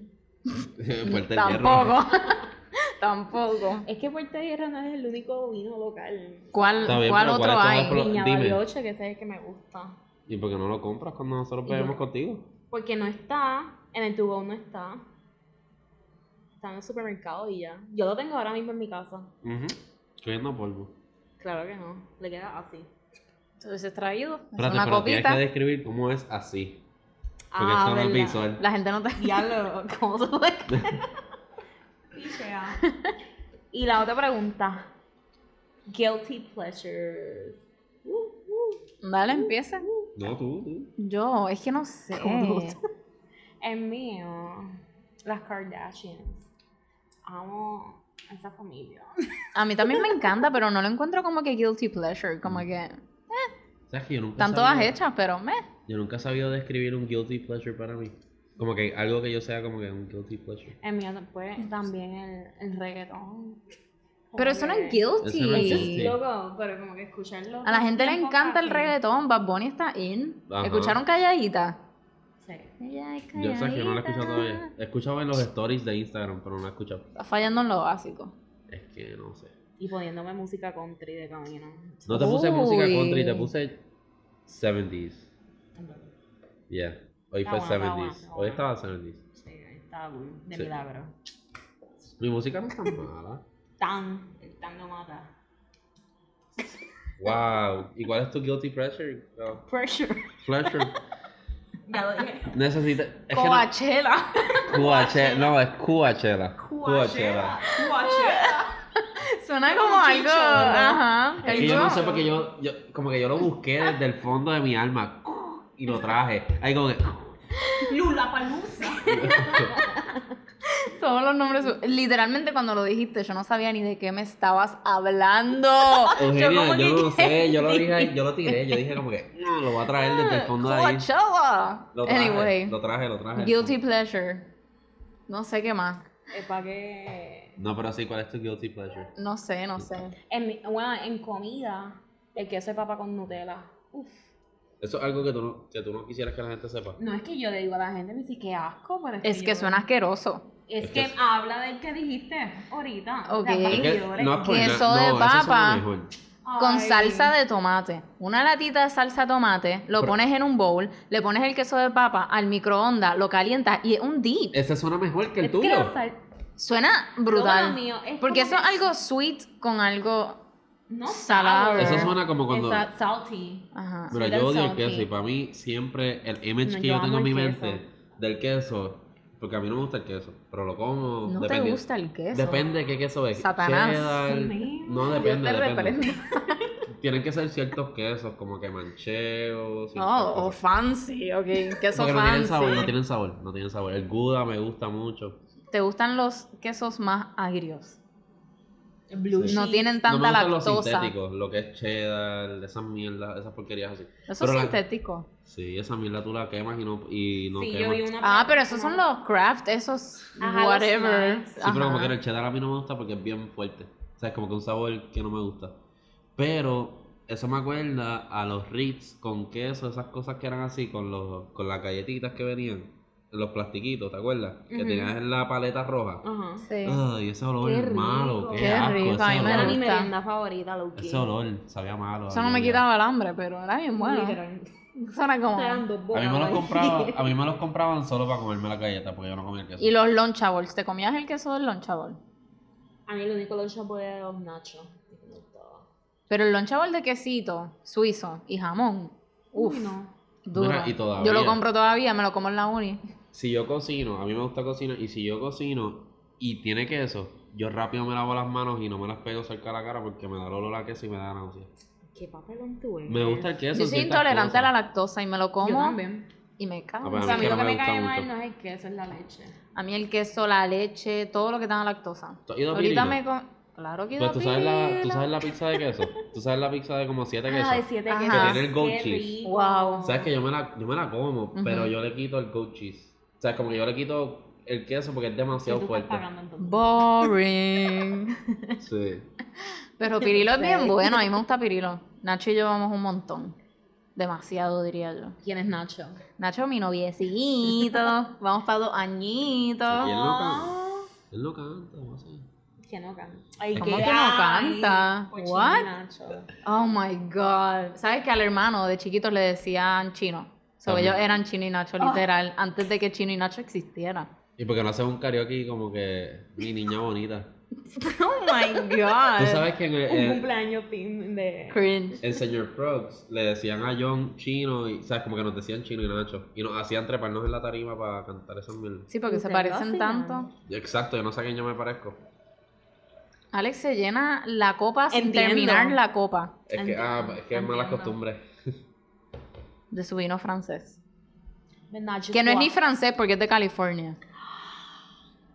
Fuerte el hierro.
Tampoco. Tampoco.
Es que Puerto Hierro no es el único vino local.
¿Cuál,
Está bien,
cuál
pero ¿cuál
otro
es- cuál es
hay?
Pero,
Viña
dime.
Bariloche, que ese es el que me gusta.
¿Y por qué no lo compras cuando nosotros bebemos contigo?
Porque no está, en el tubo no está. Está en el supermercado y ya. Yo lo tengo ahora mismo en mi casa.
Ujú. Cogiendo
Pues
polvo.
Claro que no, le queda así.
Te hubiese traído. hacer
Espérate,
una
pero tienes
copita.
que describir cómo es así. Porque
Ah,
esto no es
¿verdad?
visual.
La gente no te...
Diablo, ¿cómo se puede creer? Pichea. Y la otra pregunta. Guilty pleasures. Uh, uh.
Dale, empieza.
No, tú, tú.
Yo, es que no sé.
El mío. Las Kardashians. Amo a esa familia.
A mí también me encanta, pero no lo encuentro como que guilty pleasure. Como
Mm.
que
¿Sabes que yo nunca he
están todas
sabido-
hechas, pero me.
Yo nunca he sabido describir un guilty pleasure para mí. Como que algo que yo sea como que un guilty pleasure.
El mío después también el, el reggaetón.
Pero eso no es guilty.
Eso no es guilty.
Sí. Loco, pero como que escucharlo.
A la gente le
tiempo
encanta el
así.
reggaetón. Bad Bunny está in.
Ajá.
¿Escucharon calladita?
Sí.
Ella es
Yo sé que yo no lo he escuchado
calladita.
todavía. He escuchado en los stories de Instagram, pero no lo he escuchado.
Está fallando en lo básico.
Es que no sé.
Y poniéndome música country de camino.
No te puse música
Uy.
country, te puse 70s. Yeah. Hoy fue
Está bueno, está
70s.
bueno, está
Hoy
bueno.
estaba 70s.
Sí, está cool. De
Sí.
milagro.
Mi música no está mala.
Tan, el tan lo mata.
Wow. ¿Y cuál es tu guilty pleasure? No.
Pressure.
Pleasure.
Ya lo dije.
Necesita. Es que no.
Coachella.
Coachella. No, es Coachella.
Coachella.
Coachella.
Coachella.
Suena
Es
como
un
algo.
chicho, ¿no?
Ajá.
Es que yo
algo-
no sé porque yo, yo. Como que yo lo busqué desde el fondo de mi alma. Y lo traje. Ahí como que.
Lula Palusa.
Todos los nombres. Literalmente cuando lo dijiste, yo no sabía ni de qué me estabas hablando. yo
Eugenia,
como
yo
que,
no lo sé, yo lo
¿qué
dije, ahí, yo lo tiré, yo dije como que "Mm, lo voy a traer desde el fondo de ahí.
Coachella.
Lo traje,
Anyway,
lo traje, lo traje.
guilty pleasure. No sé qué más.
Es para que.
No, pero sí, ¿cuál es tu guilty pleasure?
No sé, no sé.
En, mi- bueno, en comida, el queso de papa con Nutella. Uf.
Eso es algo que tú, no, que tú no quisieras que la gente sepa.
No es que yo le digo a la gente, me dice, qué asco. Pero
Es que
yo-
suena asqueroso.
Es,
Es
que,
que es-
habla del que dijiste ahorita.
Ok.
las
Es
Es que
mayores.
no es por
Queso
nada-
de
no, eso
papa.
suena mejor.
Con
Ay.
salsa de tomate. Una latita de salsa de tomate, lo
Pero-
pones en un bowl, le pones el queso de papa al microondas, lo calientas y es un dip.
Ese suena mejor que el
Es
tuyo.
que la sal-
Suena
No,
brutal.
lo mío es
Porque eso
como
es algo sweet con algo.
que- no
salado.
sour.
Eso suena como cuando.
Esa- salty.
Mira,
Ajá.
Sweet and
yo odio el
salty.
queso y para mí siempre el
No,
image que
yo
yo
amo
tengo en mi
el
mente
queso.
del queso, porque a mí no me gusta el queso, pero lo como.
No te
dependiendo-
gusta el queso.
Depende de qué queso es.
Satanás.
Cheddar,
Sí.
no
Yo
depende,
te
depende.
reprendo.
Tienen que ser ciertos quesos, como que mancheo. ciertas
No, o
cosas.
Oh, fancy, ok, queso
Porque no tienen
fancy.
sabor, no tienen sabor, no tienen sabor. El Gouda me gusta mucho.
¿Te gustan los quesos más agrios?
Blue
Sí.
No
cheese.
tienen
No me
tanta
gustan los
lactosa.
sintéticos, lo que es cheddar, esas mierdas, esas porquerías así.
Eso es
Pero la-
sintético.
Sí, esa mierda tú la quemas y no, y no
Sí,
quema.
yo vi una
Ah,
placa
pero esos
como-
son los craft, esos
Ajá, los
whatever.
snacks.
Sí, pero como
Ajá.
que el cheddar a mí no me gusta porque es bien fuerte. O sea, es como que un sabor que no me gusta. Pero eso me acuerda a los Ritz con queso, esas cosas que eran así, con los con las galletitas que venían, los plastiquitos, ¿te acuerdas? Que
Ujú.
tenías en la paleta roja.
Ajá.
Sí.
Ay, ese olor
Qué rico.
malo, qué,
Qué
asco,
rico,
ese
a mí me
olor.
Era mi
gusta.
merienda favorita, lo que.
Ese olor sabía malo.
Eso no me
había-
quitaba el hambre, pero era bien bueno.
Literal.
Eso era como...
Eran dos
A mí, me los
bocados.
compraba, a mí me los compraban solo para comerme la galleta porque yo no comía el queso.
Y los lonchables, ¿te comías el queso del lonchable?
A mí el único lunch bowl era los nachos. que me gustaba.
Pero el lonchable de quesito, suizo y jamón, uff,
Uy, no.
duro.
Mira, y todavía.
Yo lo compro todavía, me lo como en la uni.
si yo cocino, a mí me gusta cocinar, y si yo cocino y tiene queso, yo rápido me lavo las manos y no me las pego cerca de la cara porque me da el olor a queso y me da náusea.
Qué papelón tú eres.
Me gusta el queso.
Yo
en
soy
ciertas
intolerante a la
cosas.
lactosa y me lo
Yo
como
también.
y me cago.
Ah,
O
pues
sea, a mí lo que
no me
me cae
gusta
mal
mucho.
no es el queso, es la leche.
A mí el queso, la leche, todo lo que tenga lactosa.
¿Tú has ido a
Ahorita
Pirilo?
me com- Claro que he ido
Pues,
a
¿tú, sabes la, ¿Tú
Pirilo.
sabes la pizza de queso? ¿Tú sabes la pizza de como siete quesos?
Ah, de siete
Ajá.
quesos.
Que
tiene el goat
Qué
cheese.
rico.
Wow.
¿Sabes que yo me la, yo me la como, pero
Ujú.
yo le quito el goat cheese? O sea, como que yo le quito el queso porque es
Sí, tú
demasiado
estás
fuerte.
pagando entonces.
Boring.
Sí.
Pero Pirilo es bien
Sí.
bueno, a mí me gusta Pirilo. Nacho y yo vamos un montón. Demasiado, diría yo.
¿Quién es Nacho?
Nacho, mi noviecito. Vamos para dos añitos.
Y él no canta.
Ah,
Él no canta, no sé.
Que no canta. Ay,
¿Cómo que no canta?
Ay, cochino
What?
Nacho.
Oh my God. ¿Sabes que al hermano de chiquitos le decían chino? So,
También.
ellos eran chino y Nacho,
Ah.
literal, antes de que chino y Nacho existieran.
Y porque no haces un karaoke como que mi niña bonita.
Oh my God.
Tú sabes que en el-
Un
en-
cumpleaños pin de.
Cringe.
En Señor Frogs le decían a John chino y, ¿sabes? Como que nos decían chino y Nacho. Y nos hacían treparnos en la tarima para cantar esas mil.
Sí, porque se
Ustedes
parecen
lo hacían.
tanto.
Exacto, yo no sé a quién yo me parezco.
Alex se llena la copa sin
Entiendo.
terminar la copa
Es que,
Entiendo,
ah, es que es malas
entiendo.
costumbres.
de su vino francés.
de Nacho
Que no es ni
Guap.
francés porque es de California.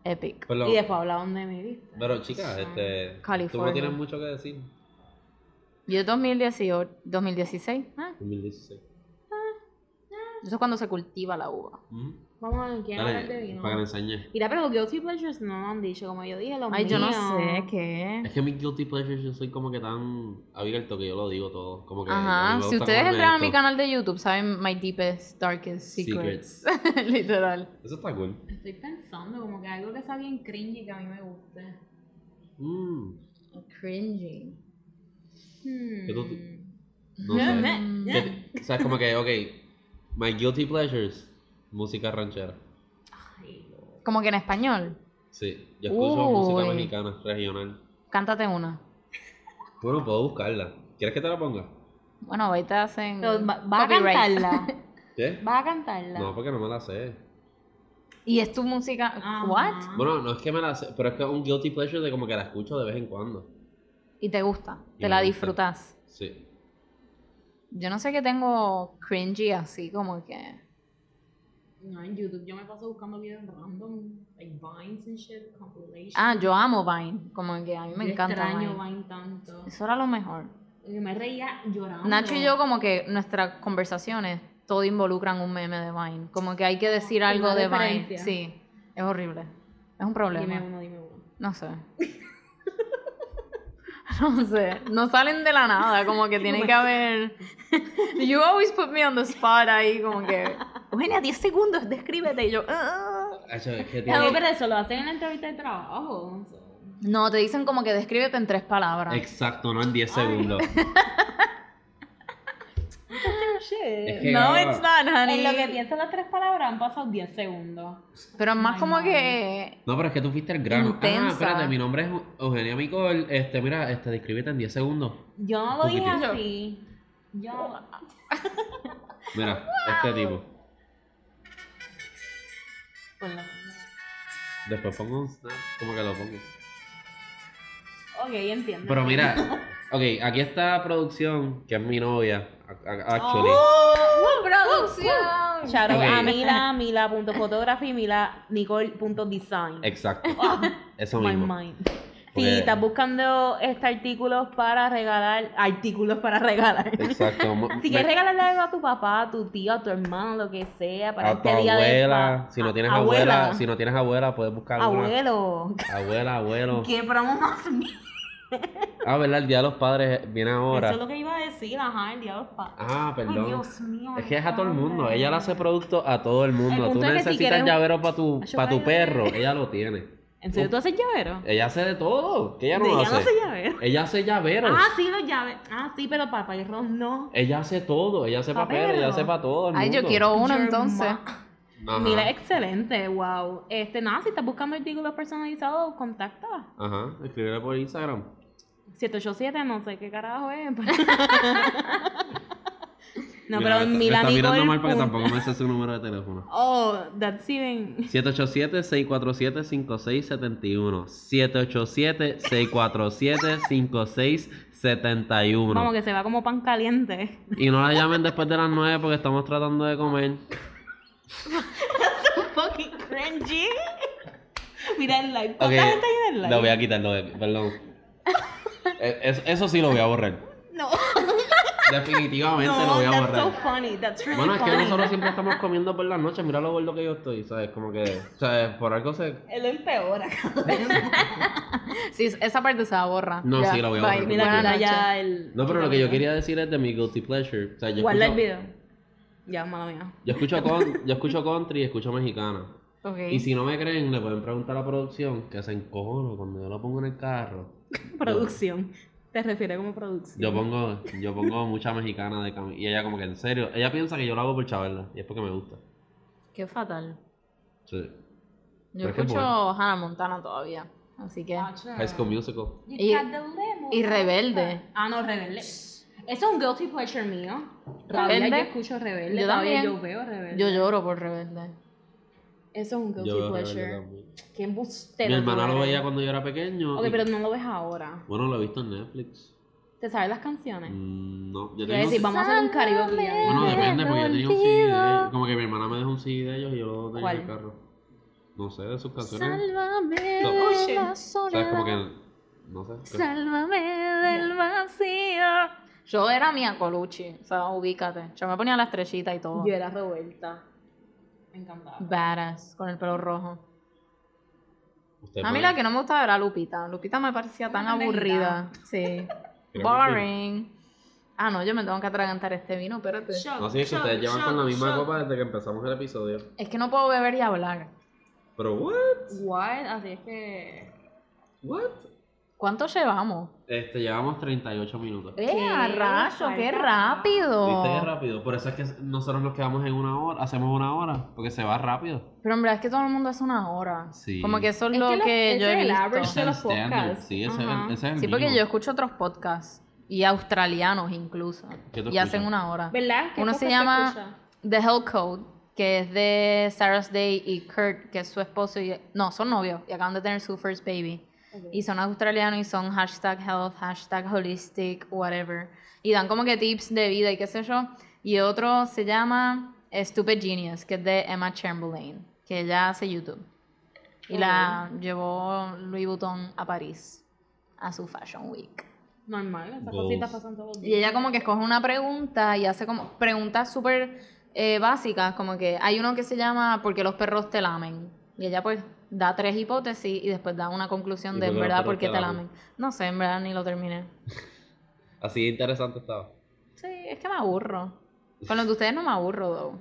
Epic.
Pero,
Y después hablaban de mi vista.
pero chicas, este, tú no
California.
tienes mucho que decir.
Yo 2018, 2016. ah,
2016.
Eso es cuando se cultiva la uva.
Ujú.
Vamos a ver quién habla de
Dale,
vino.
para que me enseñe.
Mira, pero los guilty pleasures no lo han dicho, como yo dije, los
Ay, yo no
míos.
sé qué.
Es que mis guilty pleasures yo soy como que tan abierto que yo lo digo todo. Como que a mí
Ajá,
me
si
gusta
ustedes
comerme
entran a mi
esto.
canal de YouTube, saben My Deepest, Darkest Secrets. Literal.
Eso está cool.
Estoy pensando como que algo que sea bien cringy que a mí me guste.
Mm,
Cringy.
¿Qué tú-
Hmm.
no sé. Que- o sea, es como que, ok, my guilty pleasures, música ranchera.
Ay, lo-
Como que en español.
Sí, yo escucho música
Uy.
mexicana, regional.
Cántate una.
Bueno, puedo buscarla. ¿Quieres que te la ponga?
Bueno, ahorita hacen.
Pero va- ¿Vas a
copyright.
cantarla?
¿Qué?
¿Vas a cantarla?
No, porque no me la sé.
Y es tu música.
Ajá.
¿What?
Bueno, no es que me la sé, pero es que es un guilty pleasure de como que la escucho de vez en cuando.
Y te gusta.
Y
Te
me
la
gusta.
disfrutas.
Sí.
Yo no sé qué tengo cringy así, como que.
No, en YouTube yo me paso buscando videos random, like vines and shit, compilations.
Ah, yo amo Vine. Como que a mí me
Yo
encanta
extraño
Vine.
Vine, tanto.
Eso era lo mejor.
Yo me reía llorando.
Nacho y yo, como que nuestras conversaciones todo involucran un meme de Vine. Como que hay que decir
Una
algo de Vine.
referencia.
Sí, es horrible. Es un
Dime
problema.
uno, dime uno.
No sé. no sé, no salen de la nada, como que tiene que haber... You always put me on the spot ahí, como que... Bueno, a 10 segundos, descríbete. Y yo... "Ah".
Hacho, es que
Claro,
tiene-
pero eso lo hacen en la entrevista de trabajo.
No, te dicen como que descríbete en tres palabras.
Exacto, no en 10 segundos.
Ah,
Es que-
No, it's not, honey.
En lo que piensan las tres palabras han pasado 10 segundos.
Pero es más
Ay,
como
no.
que...
No, pero es que tú fuiste el grano. Ah,
Intensa.
espérate, mi nombre es Eugenia Micol. Este, mira, este, descríbete en 10 segundos.
Yo no lo
Un
dije
poquitito.
así. Yo no-
Mira, este tipo.
Bueno.
Después pongo un snap, como que lo pongo.
Ok, entiendo.
Pero mira, ok, aquí está producción, que es mi novia, a- a- actually.
Oh,
¡Uh, ¡Producción!
Shout out
Ok.
a Mila, Mila.photography, Mila Nicole.design.
Exacto,
Ah,
eso
my
mismo.
mind. Si
Porque-
estás buscando este artículos para regalar, artículos para regalar.
Exacto. mo-
Si quieres
me-
regalarle algo a tu papá, a tu tío, a tu hermano, lo que sea, para
a
este
tu
día de
abuela,
pa-
si no
a-
tienes abuela, si no tienes abuela, puedes buscar una.
abuelo.
Abuela, abuelo.
¿Qué promo más mía?
Ah, ¿verdad? El Día de los Padres viene
Eso
ahora.
es lo que iba a decir, ajá, el día de los padres.
Ah,
Ay,
perdón.
Dios mío.
Es que es a todo el mundo.
padre.
Ella le hace producto a todo el mundo.
El
Tú
punto es que si
necesitas
quieres un-
llavero para tu,
Acho,
pa' tu
cállate.
perro. Ella lo tiene.
¿En serio tú haces llavero?
Ella hace de todo. Que ella no
De
hace.
ella no hace llavero.
Ella hace llaveros.
Ah, sí, los llaves. Ah, sí, pero para perros no.
Ella hace todo. Ella hace papel.
Papel.
Ella hace para todo. El
Ay, yo
mundo.
quiero uno
Your
entonces.
ma-
Ajá.
Mira, excelente, wow. Este, nada, si estás buscando artículos personalizados, contacta.
Ajá. Escríbele por Instagram.
787, no sé qué carajo es. no,
Mira,
pero en
me está- Me está mirando mal
Milanicol.
porque
punto-
tampoco me sé su número de teléfono.
Oh, that's even.
787-647-5671. 787-647-5671.
Vamos, que se va como pan caliente.
Y no la llamen después de las 9 porque estamos tratando de comer.
Fucking cringy. Mira el live. ¿Cuánta
Ok,
gente hay en el live?
Lo voy a quitar, lo voy a- perdón. Eh, Eso, eso sí lo voy a borrar.
No,
Definitivamente lo
no,
voy a
that's so
borrar.
funny. That's really
Bueno, es que
funny.
nosotros siempre estamos comiendo por las noches. Mira lo gordo que yo estoy, ¿sabes? Como que, ¿sabes? Por algo se.
Él lo empeora.
Sí, esa parte se va a borrar.
No, sí, la voy a borrar.
bye.
Mira,
Buenas
mira,
noches.
el.
No, pero lo que yo quería decir es de mi guilty pleasure. O sea, yo
Guarda el
escucho-
video. Ya, mala mía.
Yo escucho, con- yo escucho country y escucho mexicana.
Ok.
Y si no me creen, le pueden preguntar a la producción que se encojono cuando yo lo pongo en el carro.
Producción. Te refieres como producción.
Yo pongo, yo pongo mucha mexicana de cami- Y ella como que en serio, ella piensa que yo lo hago por chaverla. Y es porque me gusta.
Qué fatal.
Sí.
Yo
Pero es que es
escucho
bueno.
Hannah Montana todavía. Así que.
High School Musical.
Y- y Rebelde.
Ah, no, rebelde. Eso es un guilty pleasure mío. Todavía
¿Rebelde?
yo escucho rebelde.
Yo
todavía
también.
yo veo rebelde.
Yo lloro por rebelde.
Eso es un guilty
Yo veo Rebelde
pleasure.
también.
Qué embustero.
Mi
tú
hermana lo
eres.
veía cuando yo era pequeño.
Ok,
y-
pero no lo ves ahora.
Bueno, lo he visto en Netflix.
¿Te sabes las canciones?
Mm, no, yo
Quiero
tenía un-
decir, vamos Ah. a hacer un karaoke. ya.
Bueno, depende, porque yo tenía un CD. Como que mi hermana me dejó un CD de ellos y yo lo tenía en el
¿Cuál?
carro. No sé, de sus canciones. Ocean.
Sálvame de la
¿Sabes? Como
soledad.
que. No sé.
Sálvame del vacío. Yo era Mia Colucci. O sea, ubícate. Yo me ponía la estrellita y todo.
Yo era revuelta. Encantada.
Badass, con el pelo rojo.
Usted
A mí
puede-
la que no me gustaba era Lupita. Lupita me parecía tan
Una
aburrida. Sí.
Creo que
Boring. Ah, no, yo me tengo que atragantar este vino, espérate.
No, sí, es que ustedes llevan con la misma copa desde que empezamos el episodio.
Es que no puedo beber y hablar.
Pero, ¿what?
What? Así es que.
¿What?
¿Cuánto llevamos?
Este, llevamos 38 minutos.
¡Eh,
¿Qué?
a rayo! ¡Qué
Falta-
rápido!
¿Viste qué rápido? Por eso es que nosotros nos quedamos en una hora, hacemos una hora, porque se va rápido.
Pero en verdad es que todo el mundo hace una hora.
Sí.
Como que eso es,
Es
lo
que
que,
lo- ese
yo
es
he
el
visto.
average.
Ese es el
los
standard,
podcasts.
Sí, ese
Ajá.
es el, ese es el
Sí, porque
mínimo.
yo escucho otros podcasts. Y australianos incluso.
¿Qué tú
Y hacen
escuchas?
una hora.
¿Verdad? ¿Qué
Uno
poco
se llama-
escucha?
The Hell Code, que es de Sarah's Day y Kurt, que es su esposo y... No, son novios y acaban de tener su first baby. Y son australianos y son hashtag health, hashtag holistic, whatever. Y dan como que tips de vida y qué sé yo. Y otro se llama Stupid Genius, que es de Emma Chamberlain, que ella hace YouTube. Y la llevó Louis Vuitton a París, a su Fashion Week.
Normal, esas
Goals.
cositas pasan todos los días.
Y ella como que escoge una pregunta y hace como preguntas súper eh, básicas, como que hay uno que se llama ¿Por qué los perros te lamen? Y ella pues da tres hipótesis y después da una conclusión
Y
de
tú
en
te la-
verdad
pero
por qué
te
te
la-
lamen. No sé, en verdad ni lo terminé.
Así de interesante estaba.
Sí, es que me aburro. Con lo de ustedes no me aburro, though.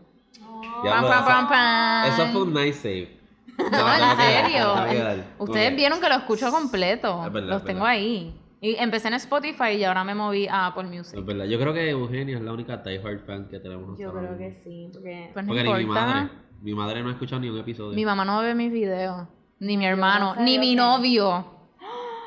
Ya
Pam,
lo-
pam,
esa-
pam, pam.
Eso fue un nice save. No,
No,
tengo
en
que dar,
serio.
tengo que dar.
Ustedes
Ok.
vieron que lo escucho completo.
Es verdad,
Los
es
tengo
verdad.
ahí. Y empecé en Spotify y ahora me moví a Apple Music.
Es verdad, yo creo que Eugenio es la única diehard fan que tenemos. hasta
Yo
ahora
creo que
mismo.
sí, porque...
Pues no
Porque ni mi madre,
importa.
mi madre no ha escuchado ni un episodio.
Mi mamá no ve mis videos. Ni mi hermano.
sé
ni
lo
mi
que-
novio.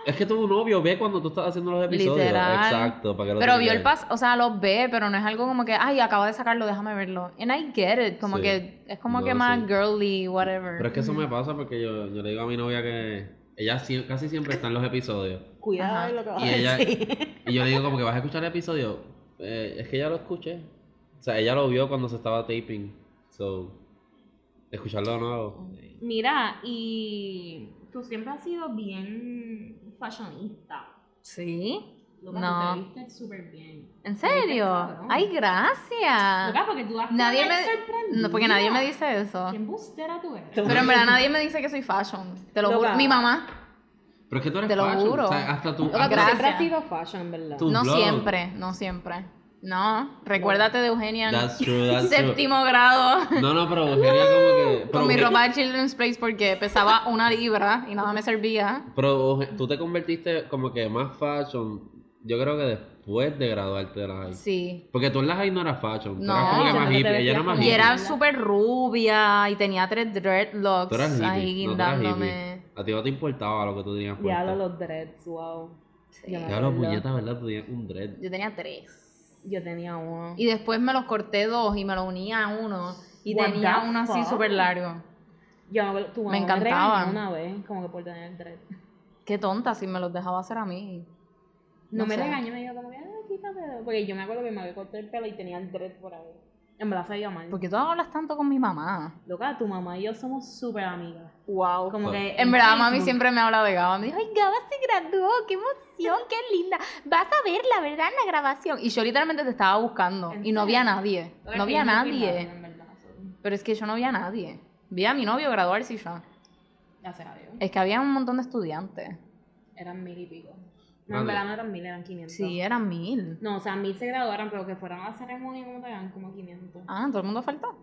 Es que tuvo un novio, ve cuando tú estás haciendo los episodios.
Literal.
Exacto, para que lo
Pero
tengas
vio el
ahí.
pas, o sea, los ve, pero no es algo como que, ay, acabo de sacarlo, déjame verlo. And I get it. Como
Sí.
que es como
No,
que más
sí.
girly, whatever.
Pero es que eso me pasa porque yo, yo le digo a mi novia que ella sie- casi siempre está en los episodios.
Cuidado
Ajá.
de lo que vas
Y
a
ella-
decir.
Y yo le digo como que vas a escuchar el episodio. Eh, es que ya lo escuché. O sea, ella lo vio cuando se estaba taping. So, escucharlo de nuevo.
Mira, y tú siempre has sido bien fashionista.
Sí.
Loca,
No.
tú te viste súper bien.
¿En
Te viste
serio?
cabrón.
Ay, gracias.
Loca, porque tú das
Nadie me-
sorprendida.
No, porque nadie me dice eso.
¿Qué embustera tú eres?
Pero en verdad nadie me dice que soy fashion. Te lo
Loca.
juro. Mi mamá.
Pero es que tú eres
Te lo
fashion,
juro.
O sea, hasta tú.
Loca,
hasta-
gracias.
Siempre has sido fashion, en ¿verdad?
Tú. Tu
No
blog.
siempre, no siempre. No, recuérdate de Eugenia. en
That's true, that's true.
Séptimo grado.
No, no, pero Eugenia como que. pero
Con mi
Eugenia-
ropa de Children's Place porque pesaba una libra y nada me servía.
Pero Euge- tú te convertiste como que más fashion. Yo creo que después de graduarte de la high.
Sí,
Porque tú en la high no eras fashion.
No,
tú eras como que
yo
más
no te
hippie. Ella
vestías
era más
como-
Y
hippie.
era
¿verdad?
súper rubia y tenía tres
Tú
dreadlocks
eras hippie.
ahí
no, tú eras
guindándome.
hippie. A ti no te importaba lo que tú tenías puesto.
Ya lo, los dreads, wow.
Sí.
Ya
Ya
me
los
acuerdo.
puñetas, ¿verdad? Tú tenías un dread.
Yo tenía tres.
Yo tenía uno.
Y después me los corté dos y me los unía a uno. Y
What
tenía
the
uno así
fuck?
súper largo.
Yo me acuerdo, tu mamá
Me
me
encantaba.
regañó una vez, como que por tener dread.
Qué tonta si me los dejaba hacer a mí.
No,
No
me
sé.
regañó, me dijo como que, ay, quítatelo. Porque yo me acuerdo que me había cortado el pelo y tenía el dread por ahí. En verdad se iba mal.
Porque tú hablas tanto con mi mamá.
Loca, tu mamá y yo somos súper amigas.
Wow.
Como que
En verdad, mami
Facebook.
siempre me habla de Gaba. Me dijo, ay, Gaba se graduó, qué emoción, qué linda. Vas a ver la verdad en la grabación. Y yo literalmente te estaba buscando.
¿En
Y no había
serio?
nadie.
Loca,
No
que
había
yo fui
nadie.
rara, en verdad, so,
Pero es que yo no vi a nadie. Vi a mi novio graduarse y yo.
Gracias a Dios.
Es que había un montón de estudiantes.
Eran mil y pico. No,
Vale.
en verdad no eran mil, eran 500.
Sí, eran mil.
No, o sea, mil se graduaron, pero que fueran a la ceremonia como te dan como 500.
Ah, todo el mundo faltó.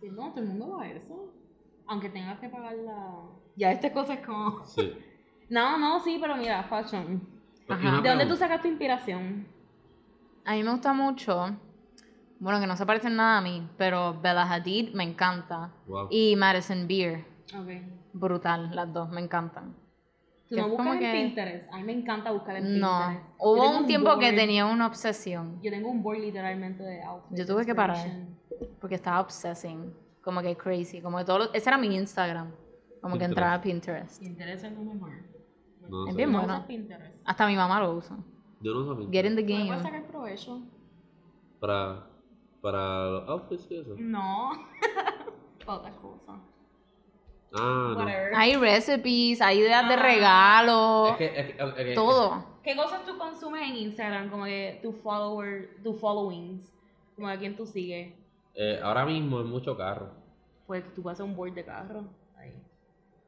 Sí, no, todo el mundo va a eso. Aunque tengas que pagar la... Ya, estas cosas como...
Sí.
No, no, sí, pero mira, fashion.
Pero- y
Ajá.
una
¿De dónde
pregunta.
tú sacas tu inspiración?
A mí me gusta mucho. Bueno, que no se parecen nada a mí, pero Bella Hadid me encanta.
Wow.
Y Madison Beer,
Ok.
brutal, las dos, me encantan.
Tú
Que
no
es
buscas
como
en
que-
Pinterest. A mí me encanta buscar en Pinterest.
No,
Yo
hubo
tengo
un tiempo que
board-
tenía una obsesión,
Yo tengo un board literalmente de outfits.
Yo tuve que parar.
inspiration.
porque estaba obsessing, como que crazy, como que todo, lo- ese era mi Instagram, como que
Pinterest.
entraba a Pinterest.
Pinterest es lo mejor.
No, no
Es
sé.
bien
No
bueno.
usas Pinterest.
Hasta mi mamá lo usa.
Yo no sabía.
Get in the
¿Tú le puedes
game.
sacar provecho?
Para, para los outfits y eso.
No. Para otra cosa.
Ah, no.
Whatever.
Hay recipes, hay ideas de
Ah.
regalo,
Es que, es que- ok, ok.
todo.
¿Qué cosas tú consumes en Instagram? Como que tu follower, tu followings. Como a quién tú sigues.
Eh, ahora mismo es mucho carro.
Pues tú vas a un board de carro. Ahí.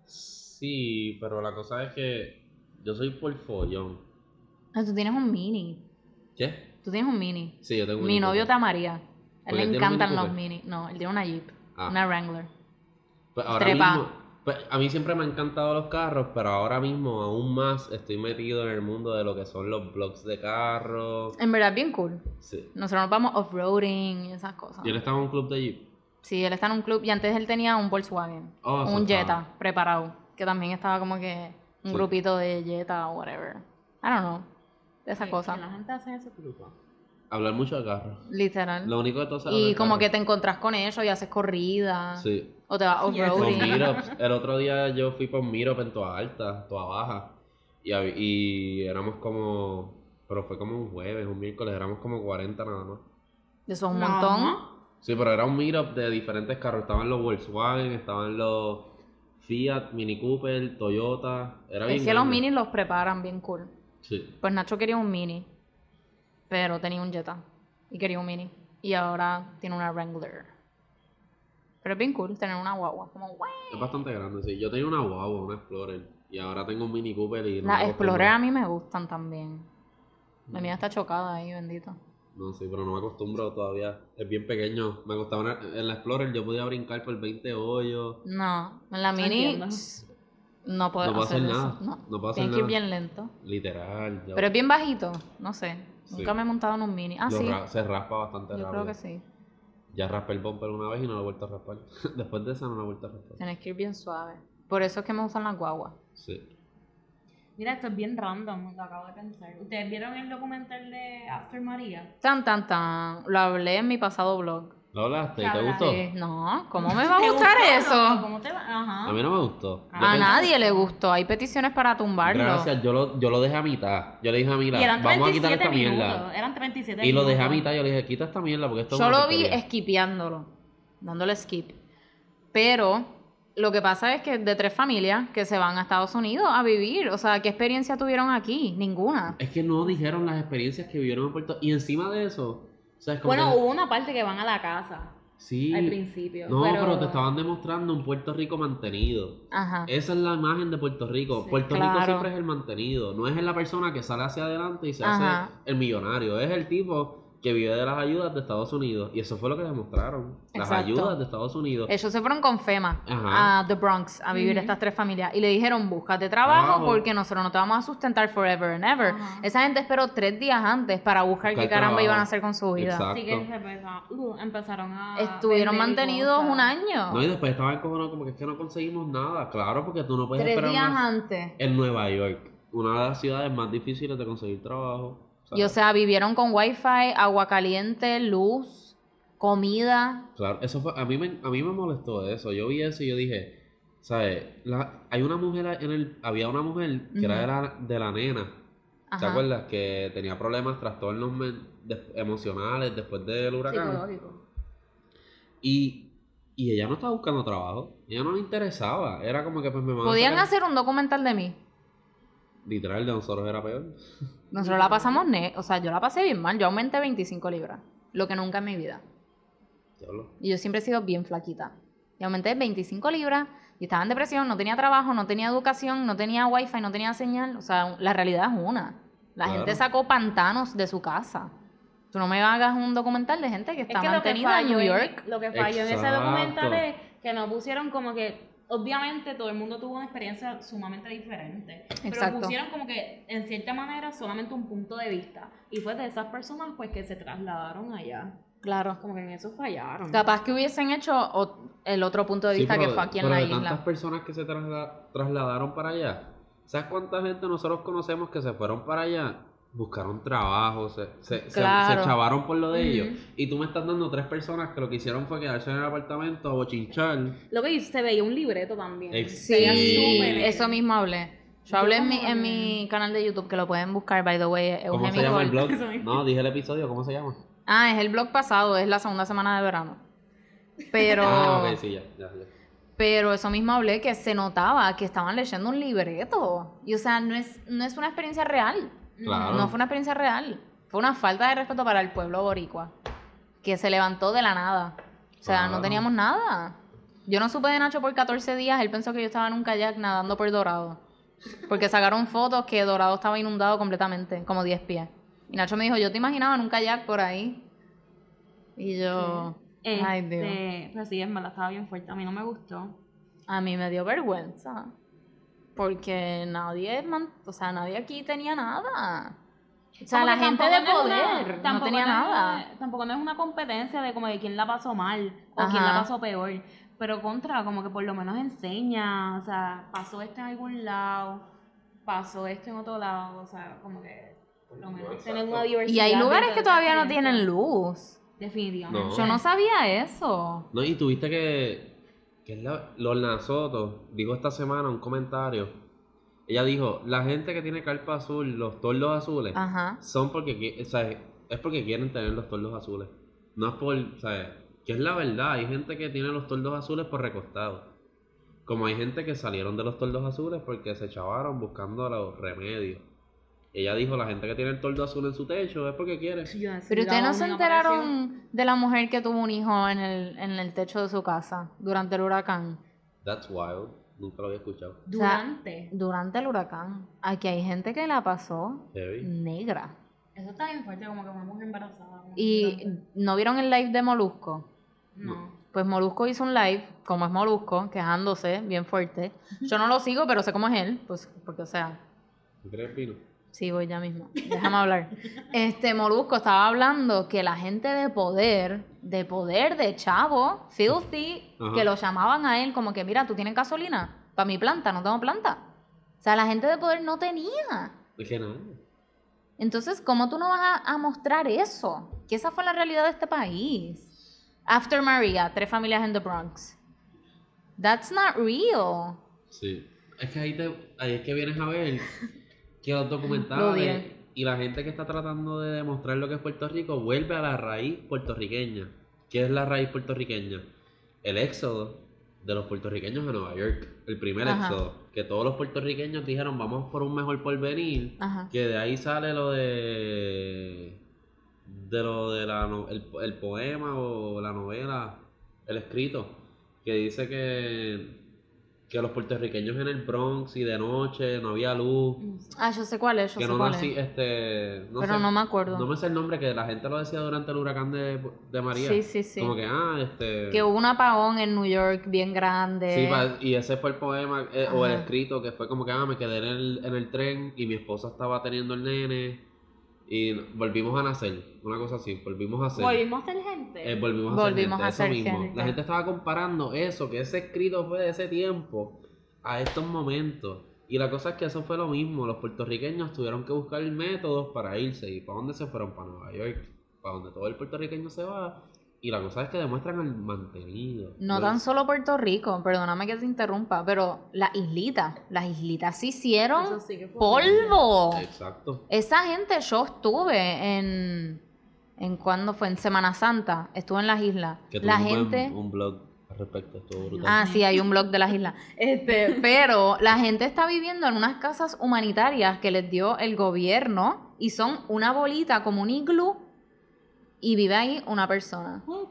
Sí, pero la cosa es que yo soy por follón.
Ah, Tú tienes un mini.
¿Qué?
Tú tienes un mini.
Sí, yo tengo un
Mi
Mini
novio te
Cooper.
amaría. A él
Porque él
le
tiene un
encantan
Mini
los
Cooper.
mini. No, él tiene una Jeep.
Ah.
Una Wrangler.
Pues ahora
trepa.
mismo, pues a mí siempre me han encantado los carros, pero ahora mismo aún más estoy metido en el mundo de lo que son los blogs de carros.
En verdad, es bien cool.
Sí.
Nosotros nos vamos off-roading y esas cosas.
Yo estaba en un club de Jeep.
Sí, él está en un club y antes él tenía un Volkswagen.
Oh, eso
un
está-
Jetta preparado. Que también estaba como que un
Sí.
grupito de Jetta o whatever. I don't know. De esas
Que-
cosas.
que La gente hace eso, Lupa.
Hablar mucho de carros.
Literal.
Lo único que todo se habla
y
de
como que
carros.
te encontrás con ellos y haces corrida.
Sí.
O te vas
Sí, eso.
Con
off-roading.
meetups. El otro día yo fui por Meetup en toda alta, toda baja. Y, hab- y éramos como. Pero fue como un jueves, un miércoles, éramos como 40 nada más.
Eso es un
No.
montón.
Sí, pero era un meetup de diferentes carros. Estaban los Volkswagen, estaban los Fiat, Mini Cooper, Toyota. Era bien
Es que los
grande.
minis los preparan bien cool.
Sí.
Pues Nacho quería un mini, pero tenía un Jetta y quería un mini. Y ahora tiene una Wrangler. Pero es bien cool tener una guagua. Como, "Guau".
Es bastante grande, sí. Yo tenía una guagua, una Explorer. Y ahora tengo un Mini Cooper y... no
Las
hago
Explorer a mí me gustan también. La
Mm.
mía está chocada ahí, bendito.
No, sí, pero no me acostumbro todavía. Es bien pequeño. Me costaba una- en la Explorer, yo podía brincar por 20 hoyos.
No, en la Mini
Entiendo.
tss, no puedo
No puedo
hacer,
hacer
eso.
nada.
No,
No puedo hacer
tienes que ir
nada.
bien lento.
Literal. ya.
Pero es bien bajito, no sé. Nunca
Sí.
me he montado en un Mini. Ah,
Lo
sí,
ra- se raspa bastante
yo
rápido.
creo que sí.
Ya raspé el bumper una vez y no lo he vuelto a raspar. Después de esa no lo he vuelto a raspar.
Tienes que ir bien suave. Por eso es que me gustan las guaguas.
Sí.
Mira, esto es bien random, lo acabo de pensar. ¿Ustedes vieron el documental de After María?
Tan, tan, tan. Lo hablé en mi pasado blog.
¿Lo hablaste?
Ya
¿Te
hablaré.
gustó?
Eh, no, ¿cómo me va a
¿Te
gustar
gustó o no?
eso?
¿Cómo te va?
A
¿Ah?
Ajá.
mí no me gustó. Yo
A
pensé-
nadie le gustó. Hay peticiones para tumbarlo.
Gracias, yo lo, yo lo dejé a mitad. Yo le dije a
Y
Mila,
eran
vamos a quitar
37
esta
minutos.
mierda.
Eran 37
Y lo dejé a
minutos.
mitad, yo le dije, quita esta mierda porque esto es
Yo
una
lo vi
porquería".
esquipeándolo, dándole skip. Pero lo que pasa es que de tres familias que se van a Estados Unidos a vivir, o sea, ¿qué experiencia tuvieron aquí? Ninguna.
Es que no dijeron las experiencias que vivieron en Puerto Y encima de eso, o sea, es como
Bueno,
que-
hubo una parte que van a la casa
sí,
al principio.
No, pero... te estaban demostrando un Puerto Rico mantenido.
Ajá.
Esa es la imagen de Puerto Rico.
Sí,
Puerto Rico
claro.
siempre es el mantenido. No es la persona que sale hacia adelante y se hace
Ajá.
el millonario. Es el tipo que vive de las ayudas de Estados Unidos. Y eso fue lo que demostraron. Las
Exacto. Ah,
ayudas de Estados Unidos.
Ellos se fueron con FEMA
Ajá.
a The Bronx a vivir
Ujú.
estas tres familias y le dijeron, búscate trabajo
Trabajo.
porque nosotros no te vamos a sustentar forever and ever.
Ajá.
Esa gente esperó tres días antes para buscar
Buscar
qué caramba
trabajo.
iban a hacer con su vida.
Exacto.
Así que se empezó- uh, empezaron a.
Estuvieron
vender
mantenidos
cosas.
un año.
No, y después estaban encojonados como que es que no conseguimos nada. Claro, porque tú no puedes
tres
esperar
días
más.
antes.
en Nueva York. Una de las ciudades más difíciles de conseguir trabajo. O sea,
Y o sea, vivieron con wifi, agua caliente, luz, comida.
Claro, eso fue, a mí, me, a mí me molestó eso. Yo vi eso y yo dije, ¿sabes? La- hay una mujer en el, había una mujer que era de la, de la nena, ¿te
Ajá.
acuerdas? Que tenía problemas, trastornos men- de- emocionales después del huracán.
Psicológico.
Y, y ella no estaba buscando trabajo, ella no le interesaba. Era como que pues me van a
Podían
sacar-
hacer un documental de mí.
Literal, de nosotros era peor.
Nosotros la pasamos, ne o sea, yo la pasé bien mal. Yo aumenté 25 libras, lo que nunca en mi vida.
Diablo.
Y yo siempre he sido bien flaquita. Y aumenté 25 libras y estaba en depresión, no tenía trabajo, no tenía educación, no tenía wifi, no tenía señal. O sea, la realidad es una. La
Claro.
gente sacó pantanos de su casa. Tú no me hagas un documental de gente que
Es
está
que lo que
mantenida en
falló
New
en-
York.
Lo que falló en ese
Exacto.
documental es que nos pusieron como que. Obviamente todo el mundo tuvo una experiencia sumamente diferente, pero
Exacto.
pusieron como que en cierta manera solamente un punto de vista y fue de esas personas pues que se trasladaron allá,
Claro.
como que en eso fallaron.
Capaz que hubiesen hecho o- el otro punto de
Sí,
vista
pero
que
de-
fue aquí en
pero
la
de tantas
isla.
personas que se trasla- trasladaron para allá. ¿Sabes cuánta gente nosotros conocemos que se fueron para allá? Buscaron trabajo, se, se, se-
Claro.
se chavaron por lo de
Ujú.
ellos. Y tú me estás dando tres personas que lo que hicieron fue quedarse en el apartamento a bochinchar.
Lo que hice, se veía un libreto también.
Ex-
Sí,
Veía súper
Sí.
eso mismo hablé. Yo hablé en mi,
como
en
que-
mi canal de YouTube, que lo pueden buscar, by the way,
¿Cómo se
Eugenio
llama el
Gol.
blog?
Eso mismo.
No, dije el episodio, ¿cómo se llama?
Ah, es el blog pasado, es la segunda semana de verano. Pero,
Ah, ok, sí, ya, ya, ya.
pero eso mismo hablé, que se notaba que estaban leyendo un libreto. Y o sea, no es, no es una experiencia real.
Claro.
Mm, No fue una experiencia real. Fue una falta de respeto para el pueblo boricua, que se levantó de la nada. O sea,
Claro.
no teníamos nada. Yo no supe de Nacho por 14 días. Él pensó que yo estaba en un kayak nadando por Dorado. Porque sacaron fotos que Dorado estaba inundado completamente, como 10 pies. Y Nacho me dijo, yo te imaginaba en un kayak por ahí. Y yo, ay Dios,
Este, Pero sí, es mala, estaba bien fuerte. A mí no me gustó.
a mí me dio vergüenza. Porque nadie, man- o sea, nadie aquí tenía nada. O sea,
Como
la
que
gente de
tampoco no es una-
poder no
tampoco
tenía
no es una-
nada.
Tampoco no es una competencia de como de quién la pasó mal o quién
Ajá.
la pasó peor. Pero contra, como que por lo menos enseña. O sea, pasó esto en algún lado, pasó esto en otro lado. O sea, como que por lo menos tener una diversidad.
Y hay
dentro
lugares que
de esa
todavía no
experiencia.
tienen luz.
Definitivamente.
No.
Yo no sabía eso.
No, y tuviste que, que es la, Lorna Soto dijo esta semana un comentario. Ella dijo, la gente que tiene carpa azul, los tordos azules,
Ajá.
son porque qui- o sea, es porque quieren tener los tordos azules. No es por, o sea, que es la verdad, hay gente que tiene los tordos azules por recostado. Como hay gente que salieron de los tordos azules porque se chavaron buscando los remedios. Y Ella dijo, la gente que tiene el tordo azul en su techo es porque quiere.
Sí, yo decía,
Pero ustedes no
"Diablo,
se
me
enteraron de la mujer que tuvo un hijo en el, en el techo de su casa durante el huracán.
That's wild. Nunca lo había escuchado.
apareció". Durante.
Durante el huracán. Aquí hay gente que la pasó
Heavy.
negra.
Eso está bien fuerte, como que una mujer embarazada. como durante.
Y no vieron el live de Molusco.
No.
Pues Molusco hizo un live, como es Molusco, quejándose bien fuerte. Yo no lo sigo, pero sé cómo es él, pues, porque, o sea,
¿Tú crees, Pino?
sí, voy ya mismo. Déjame hablar. Este Molusco estaba hablando que la gente de poder, de poder, de chavo, filthy,
Ajá.
que lo llamaban a él como que, mira, tú tienes gasolina para mi planta, no tengo planta. O sea, la gente de poder no tenía.
Es que no.
Entonces, ¿cómo tú no vas a, a mostrar eso? Que esa fue la realidad de este país. After Maria, tres familias en the Bronx. That's not real.
Sí. Es que ahí, te, ahí es que vienes a ver que los
Lo
documentales
odié.
y la gente que está tratando de demostrar lo que es Puerto Rico vuelve a la raíz puertorriqueña. ¿Qué es la raíz puertorriqueña? El éxodo de los puertorriqueños a Nueva York. El primer
Ajá.
éxodo. Que todos los puertorriqueños dijeron vamos por un mejor porvenir.
Ajá.
Que de ahí sale lo de. de lo de la no- el, el poema o la novela, el escrito, que dice que. que los puertorriqueños en el Bronx y de noche no había luz.
Ah, yo sé cuál es, yo
Que
sé
no
cuál
nací,
es.
este. No
Pero
sé,
no me acuerdo.
no me sé el nombre, que la gente lo decía durante el huracán de, de María.
Sí, sí, sí.
Como que, ah, este.
Que hubo un apagón en New York bien grande.
Sí, pa- y ese fue el poema eh, o el
Este, Ajá.
escrito que fue como que ah, me quedé en el, en el tren y mi esposa estaba teniendo el nene y volvimos a nacer, una cosa así, volvimos a ser.
Volvimos a ser gente.
Eh, volvimos a
Volvimos a
ser
ser
gente, eso mismo.
gente.
La gente estaba comparando eso, que ese escrito fue de ese tiempo a estos momentos. Y la cosa es que eso fue lo mismo, los puertorriqueños tuvieron que buscar métodos para irse. ¿Y para dónde se fueron? Para Nueva York, para donde todo el puertorriqueño se va. Y la cosa es que demuestran el mantenido.
No tan solo Puerto Rico, perdóname que te interrumpa, pero las islitas, las islitas se hicieron
Eso sí que fue horrible.
polvo.
Exacto.
Esa gente, yo estuve en. ¿En cuándo fue? En Semana Santa. Estuve en las islas.
que
La
tuvimos un-
gente.
un, blog al respecto, estuvo brutal.
Ah, sí, hay un blog de las islas. Este, pero la gente está viviendo en unas casas humanitarias que les dio el gobierno y son una bolita como un iglú y vive ahí una persona.
What?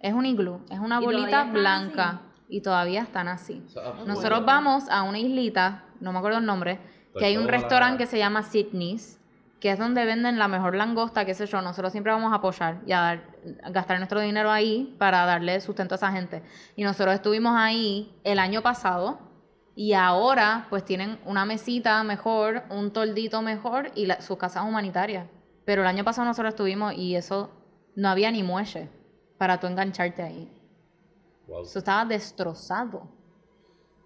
Es un iglú, es una
¿Y todavía
bolita
están
blanca y todavía están así.
Eso es absurdo.
Nosotros vamos a una islita, no me acuerdo el nombre, que hay un
Tortola.
restaurante que se llama Sydney's, que es donde venden la mejor langosta, qué sé yo. Nosotros siempre vamos a apoyar y a, dar- a gastar nuestro dinero ahí para darle sustento a esa gente. Y nosotros estuvimos ahí el año pasado y ahora pues tienen una mesita mejor, un toldito mejor y la- sus casas humanitarias. Pero el año pasado nosotros estuvimos y eso no había ni muelle para tú engancharte ahí.
Wow.
Eso estaba destrozado.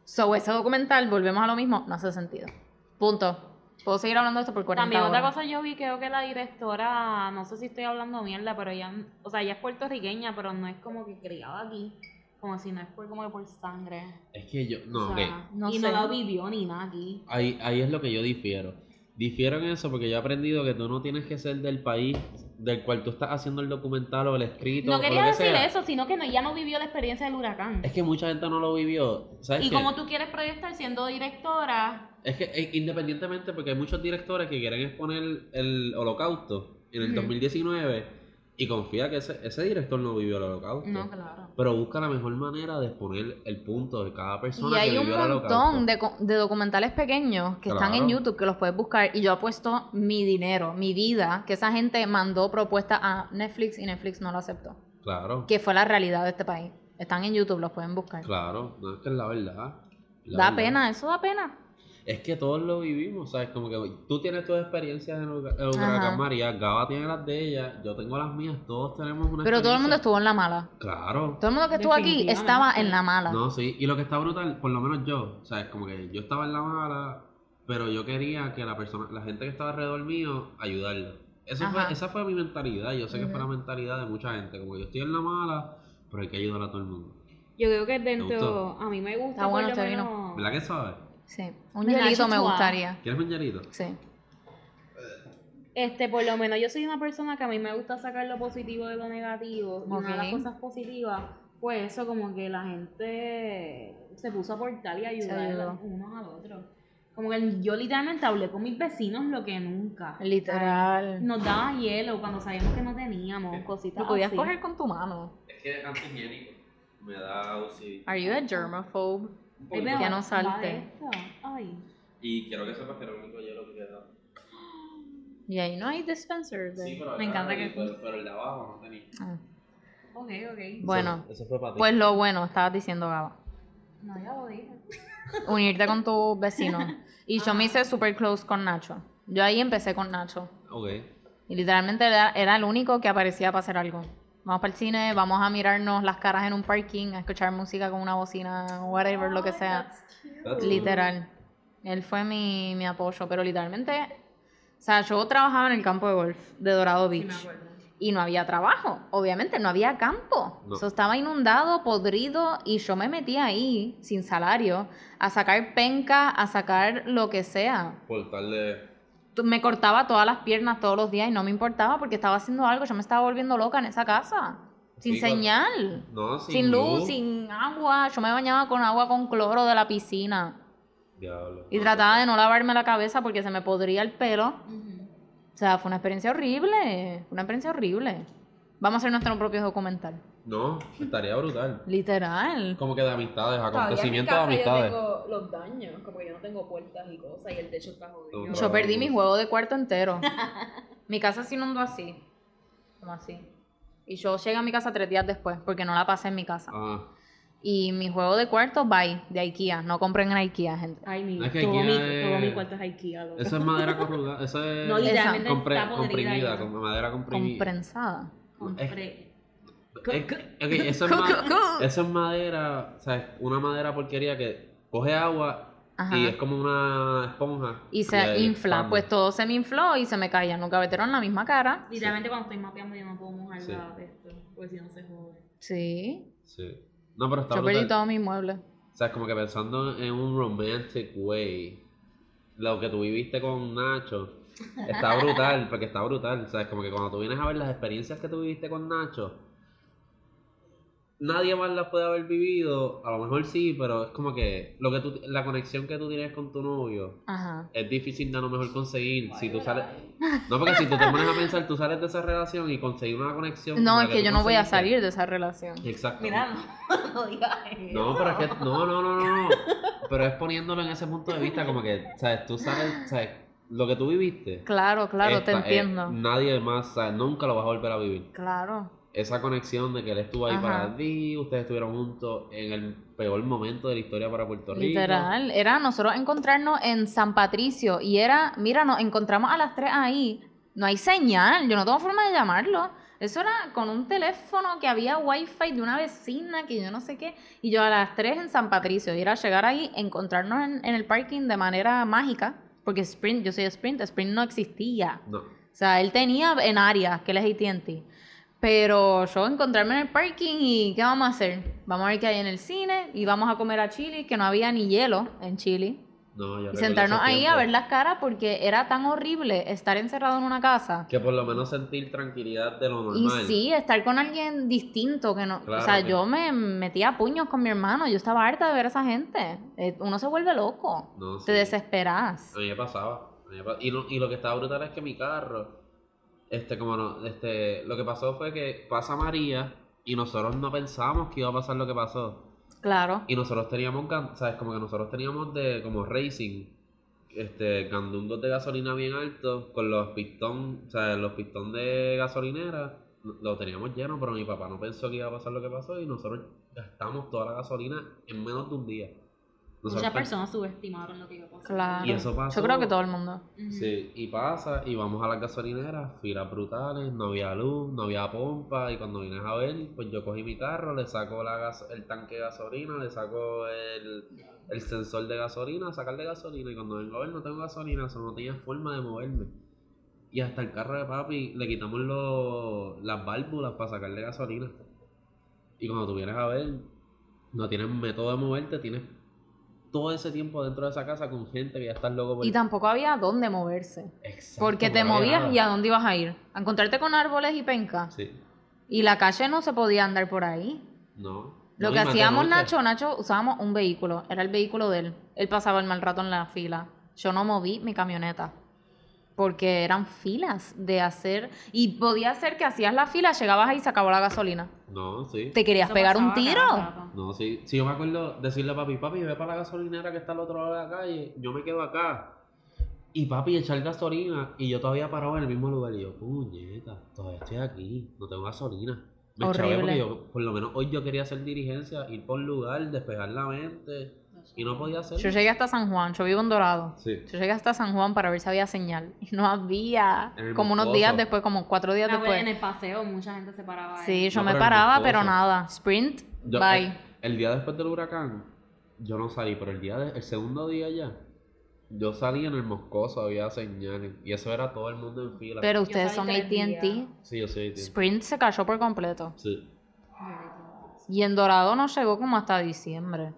So, ese documental, volvemos a lo mismo, no hace sentido. Punto. Puedo seguir hablando de esto por 40
También
horas.
otra cosa yo vi, creo que la directora, no sé si estoy hablando mierda, pero ella, o sea, ella es puertorriqueña, pero no es como que criada aquí, como si no es por, como que por sangre.
Es que yo,
O
no,
sea,
ok.
No
y
sé.
no la vivió ni nada aquí.
Ahí, ahí es lo que yo difiero. Difiero en eso porque yo he aprendido que tú no tienes que ser del país del cual tú estás haciendo el documental o el escrito.
No
o
quería
lo que
decir
sea.
eso, sino que no, ella no vivió la experiencia del huracán.
Es que mucha gente no lo vivió. ¿Sabes
y
qué?
como tú quieres proyectar siendo directora,
Es que eh, independientemente, porque hay muchos directores que quieren exponer el holocausto en el
Ujú.
2019 y confía que ese, ese director no vivió el holocausto.
no, claro.
pero busca la mejor manera de exponer el punto de cada
Y
persona que
hay un
vivió el holocausto.
montón de, co- de documentales pequeños que están en
Claro.
YouTube que los puedes buscar. Y yo apuesto mi dinero, mi vida, que esa gente mandó propuestas a Netflix y Netflix no lo aceptó.
Claro,
Que fue la realidad de este país. Están en YouTube, los pueden buscar.
claro, no es que es la verdad. la
da
verdad.
pena, eso da pena.
Es que todos lo vivimos, ¿sabes? Como que tú tienes tus experiencias en el hura- el
Ajá.
huracán María, Gaba tiene las de ella, yo tengo las mías, todos tenemos una
Pero todo el
experiencia.
mundo estuvo en la mala.
Claro.
Todo el mundo que estuvo aquí estaba en la mala.
No, sí, y lo que está brutal, por lo menos yo, ¿sabes? Como que yo estaba en la mala, pero yo quería que la persona, la gente que estaba alrededor mío, ayudarlo. Eso fue,
Ajá.
esa fue mi mentalidad, yo sé que
Ujú.
fue la mentalidad de mucha gente, como que yo estoy en la mala, pero hay que ayudar a todo el mundo.
Yo creo que dentro,
gustó?
a mí me gusta.
Está bueno
por lo
este vino.
menos-
¿Verdad que sabes?
Sí, un
Me Pues la
hielito me
chuchua.
gustaría.
¿Quieres un hielito?
Sí.
Este, por lo menos yo soy una persona que a mí me gusta sacar lo positivo de lo negativo. Y una de las
Ok.
cosas positivas fue eso, como que la gente se puso a aportar y
Se
ayudar
ayudó.
unos al otro. Como que yo literalmente hablé con mis vecinos lo que nunca.
Literal.
Nos daba hielo cuando sabíamos que no teníamos, cositas
Lo podías
así.
coger con tu mano.
Es que es antihigiénico. Me da UCI.
Are you a germaphobe?
Un
Ay,
poquito.
veo,
Ya no
va
salte.
esto. Ay.
Y quiero que sepas que era el único hielo que quedaba.
Y ahí no hay dispenser. de-
Sí, pero acá,
Me encanta que-
Pero, pero el de abajo no tenía.
Ah.
Ok, ok.
Bueno,
Eso, eso fue para ti.
pues lo bueno, estabas diciendo Gaba.
No, ya lo dije.
Unirte con tus vecinos. Y yo me hice super close con Nacho. Yo ahí empecé con Nacho.
Ok.
Y literalmente era, era el único que aparecía para hacer algo. Vamos para el cine, vamos a mirarnos las caras en un parking, a escuchar música con una bocina, whatever, lo que
Ay,
sea.
that's
That's
cute.
Literal. Él fue mi, mi apoyo, pero literalmente, o sea, yo trabajaba en el campo de golf de Dorado
Sí, me
Beach
acuerdo.
y no había trabajo, obviamente, no había campo.
No.
Eso estaba inundado, podrido y yo me metía ahí sin salario a sacar penca, a sacar lo que sea.
Por tal de.
Tú- Me cortaba todas las piernas todos los días y no me importaba porque estaba haciendo algo, yo me estaba volviendo loca en esa casa, sin
Sí, con-
señal.
No, sin,
Sin, luz, sin agua. Yo me bañaba con agua con cloro de la piscina.
Diablo.
Y trataba de no lavarme la cabeza porque se me podría el pelo.
Ujú.
O sea, fue una experiencia horrible. Fue una experiencia horrible. Vamos a hacer nuestro propio documental.
No, estaría brutal.
Literal.
Como que de amistades,
Todavía en mi
acontecimientos de
casa yo
amistades.
tengo los daños, como que yo no tengo puertas y cosas y el techo está jodido.
No.
Yo perdí mi juego de cuarto entero. mi casa se inundó así. Como así. Y yo llegué a mi casa tres días después porque no la pasé en mi casa.
Ah,
Y mi juego de cuarto, bye, de Ikea. No compren en Ikea, gente.
Ay, mi,
Es que
todo,
Ikea
mi
es-
todo mi cuarto es IKEA, loco.
eso es madera corrugada. Eso es.
No, literalmente
compre-
está podrida.
comprimida,
ya.
con madera comprimida.
Comprensada.
Compre.
Es- ok, eso es,
Cu,
ma-
cu, cu.
eso es madera, o sea, es una madera porquería que coge agua
Ajá.
y es como una esponja.
Y se
ahí
infla,
expande.
pues todo se me infló y se me caía nunca vetero en la misma cara.
Literalmente cuando estoy mapeando yo no puedo mojar
Sí.
la de esto, porque si no se jode.
Sí.
Sí. No, pero está
Yo perdí
brutal.
todos mis muebles.
O sea, es como que pensando en un romantic way, lo que tú viviste con Nacho, está brutal, porque está brutal. O sea, es como que cuando tú vienes a ver las experiencias que tú viviste con Nacho, nadie más las puede haber vivido, a lo mejor sí, pero es como que, lo que tú, la conexión que tú tienes con tu novio,
Ajá.
es difícil de a lo mejor conseguir. Si tú sales. No, porque si tú te pones a pensar, tú sales de esa relación y conseguir una conexión.
No,
como
es
la
que
tú
yo no voy a
conseguiste.
salir de esa relación.
Exacto.
Mira, no, no digas eso.
No, pero es que. No, no, no, no. no. Pero es poniéndolo en ese punto de vista, como que, ¿sabes? Tú sabes, ¿sabes? Lo que tú viviste.
Claro, claro,
esta,
te
eh,
entiendo.
nadie más, ¿sabes? Nunca lo vas a volver a vivir.
Claro.
Esa conexión de que él estuvo ahí
Ajá.
para ti, ustedes estuvieron juntos en el peor momento de la historia para Puerto Rico.
Literal. Era nosotros encontrarnos en San Patricio y era, mira, nos encontramos a las tres ahí. No hay señal, yo no tengo forma de llamarlo. Eso era con un teléfono que había wifi de una vecina que yo no sé qué. Y yo a las tres en San Patricio. Y era llegar ahí, encontrarnos en, en el parking de manera mágica. Porque Sprint, yo soy de Sprint, Sprint no existía.
No.
O sea, él tenía en área, que él es AT&T. Pero yo encontrarme en el parking y ¿qué vamos a hacer? Vamos a ver qué hay en el cine y vamos a comer a Chile, que no había ni hielo en Chile.
No, yo
Y sentarnos ahí
verla
a ver las caras porque era tan horrible estar encerrado en una casa.
Que por lo menos sentir tranquilidad de lo
Y
normal.
sí, estar con alguien distinto que no...
Claro
o sea,
que-
yo me metía a puños con mi hermano, yo estaba harta de ver a esa gente. Eh, Uno se vuelve loco,
No, sí.
te desesperas.
A mí me pasaba. a mí me pa- Y, lo, y lo que estaba brutal es que mi carro, este, como no, este, lo que pasó fue que pasa María y nosotros no pensábamos que iba a pasar lo que pasó.
Claro.
Y nosotros teníamos, gan- ¿sabes? Como que nosotros teníamos de, como racing, este, candungos de gasolina bien altos, con los pistón, ¿sabes? Los pistón de gasolinera, lo teníamos lleno, pero mi papá no pensó que iba a pasar lo que pasó y nosotros gastamos toda la gasolina en menos de un día. Nosotros
Muchas
pen-
personas subestimaron lo que iba a pasar.
Claro.
pues- Y eso pasó.
Yo creo que todo el mundo.
Ujú.
Sí, y pasa, y vamos a las gasolineras, filas brutales, no había luz, no había pompa, y cuando vienes a ver, pues yo cogí mi carro, le saco la gas- el tanque de gasolina, le saco el, el sensor de gasolina, sacarle gasolina, y cuando vengo a ver no tengo gasolina, eso no tenía forma de moverme. Y hasta el carro de papi le quitamos los- las válvulas para sacarle gasolina. Y cuando tú vienes a ver, no tienes método de moverte, tienes todo ese tiempo dentro de esa casa con gente que ya estás loco por
Y tampoco había dónde moverse.
Exacto,
Porque te
no había
movías
nada.
y a dónde ibas a ir. A encontrarte con árboles y pencas.
Sí,
Y la calle no se podía andar por ahí.
no. No, y
Lo que
más de
hacíamos
noche.
Nacho, Nacho usábamos un vehículo. Era el vehículo de él. Él pasaba el mal rato en la fila. yo no moví mi camioneta. Porque eran filas de hacer. Y podía ser que hacías la fila, llegabas ahí y se acabó la gasolina.
No, sí.
¿Te querías
Eso
pegar un
pasaba
tiro?
cada rato.
No, sí. Sí, yo me acuerdo decirle a papi, papi, ve para la gasolinera que está al otro lado de la calle, yo me quedo acá. Y papi, echar gasolina, y yo todavía parado en el mismo lugar. Y yo, puñeta, todavía estoy aquí, no tengo gasolina. Me chavé
Horrible.
porque yo, por lo menos hoy yo quería hacer dirigencia, ir por lugar, despejar la mente, y no podía hacerlo.
Yo llegué hasta San Juan, yo vivo en Dorado.
Sí.
Yo llegué hasta San Juan para ver si había señal. Y no había.
En el
Como unos
Moscoso.
días después, como cuatro días
Una vez Ah, En
después.
el paseo mucha gente se paraba ahí.
Sí, yo
No,
me
pero en el
paraba,
Moscoso.
pero nada. Sprint,
Yo- eh,
bye.
El, el día después del huracán, yo no salí, pero el día de- el segundo día ya, yo salí en el Moscoso, había señales, y eso era todo el mundo en fila.
Pero
Yo
ustedes
salí
son
tres
ATT.
días.
Sí, yo soy tío.
Sprint se cayó por completo.
Sí,
Y en Dorado no llegó como hasta diciembre.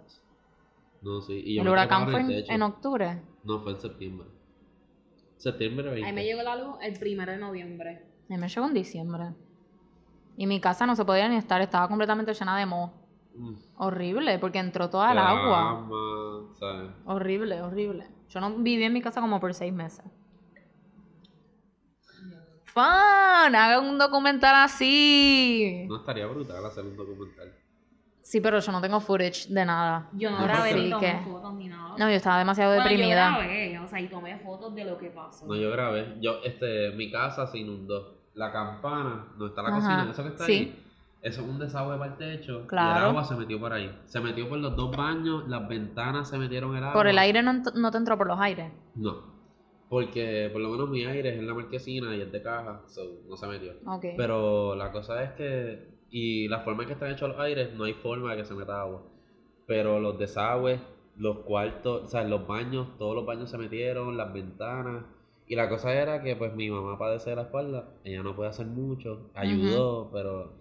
no, sí. Y yo
El
me
huracán
trepaba
fue en,
el techo.
en octubre.
No, fue en septiembre. Septiembre 20.
Ahí me llegó la luz el primero de noviembre.
A mí me llegó en diciembre. Y mi casa no se podía ni estar, estaba completamente llena de moho.
Mm,
Horrible, porque entró toda el agua.
Drama, ¿sabes?
Horrible, horrible. Yo no viví en mi casa como por seis meses. ¡Fan! Hagan un documental así.
No estaría brutal hacer un documental.
Sí, pero yo no tengo footage de nada.
Yo no
Ah,
grabé
sí,
ni tomé
que-
fotos ni nada.
No, yo estaba demasiado
Bueno,
deprimida.
Yo grabé, o sea, y tomé fotos de lo que pasó.
No, yo grabé. Yo, este, mi casa se inundó. La campana, donde está la
Ajá,
cocina, eso que está
sí.
ahí. Eso es un desagüe para el techo. Y el
Claro.
agua se metió por ahí. Se metió por los dos baños, las ventanas se metieron el agua.
Por el aire no, ent- no te entró por los aires.
No. Porque por lo menos mi aire es en la marquesina y es de caja, so, no se metió.
Ok.
Pero la cosa es que. Y la forma en que están hechos los aires, no hay forma de que se meta agua. Pero los desagües, los cuartos, o sea, los baños, todos los baños se metieron, las ventanas. Y la cosa era que, pues, mi mamá padece de la espalda. Ella no puede hacer mucho. Ayudó, pero.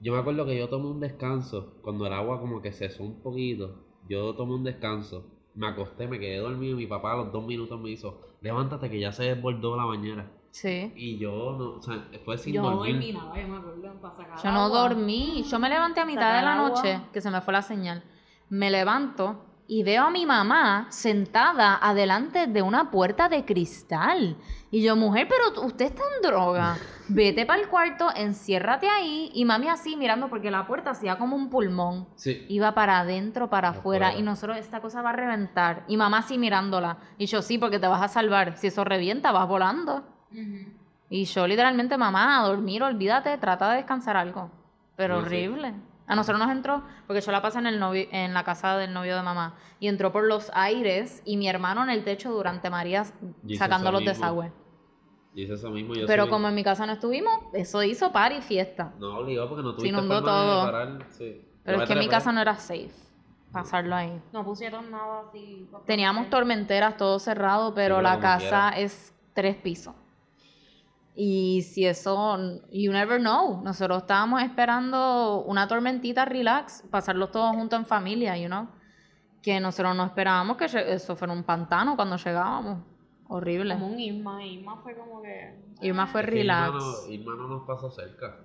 Yo me acuerdo que yo tomé un descanso. Cuando el agua como que cesó un poquito, yo tomé un descanso. Me acosté, me quedé dormido. Y mi papá a los dos minutos me hizo: Levántate que ya se desbordó la bañera.
sí.
Y yo no, o sea, fue sin
yo no
dormir.
dormí nada, yo me acuerdo, para sacar
Yo no
agua.
dormí. Yo me levanté a mitad
Saca
de la
el agua.
noche, que se me fue la señal. Me levanto y veo a mi mamá sentada adelante de una puerta de cristal. Y yo, mujer, pero tú- usted está en droga. Vete para el cuarto, enciérrate ahí. Y mami así mirando porque la puerta hacía como un pulmón.
Sí.
Iba para adentro, para afuera.
Afuera.
Y nosotros, esta cosa va a reventar. Y mamá así mirándola. Y yo, sí, porque te vas a salvar. Si eso revienta, vas volando.
Ujú.
Y yo literalmente, mamá, a dormir, olvídate, trata de descansar algo. Pero
Sí, sí.
horrible. A nosotros nos entró, porque yo la pasé en, el novi- en la casa del novio de mamá, y entró por los aires y mi hermano en el techo durante María
Y hizo
sacando
eso
los
mismo.
desagües.
Dice eso mismo. Yo
Pero
sí-
como en mi casa no estuvimos, eso hizo par y fiesta.
No, obligado porque no tuviste
inundó
forma
todo.
de parar. Sí.
Pero
Yo
es que en mi
trepé.
casa no era safe pasarlo ahí.
No pusieron nada así. para
Teníamos
proteger.
tormenteras, todo cerrado, pero
pero
la
como
casa
quiera.
es tres pisos. Y si eso, you never know. Nosotros estábamos esperando una tormentita relax, pasarlos todos juntos en familia, you know. Que nosotros no esperábamos que lle- eso fuera un pantano cuando llegábamos. Horrible.
Como un Irma, Irma fue como que...
Irma fue
Es que Irma
relax.
no- Irma no nos pasó cerca.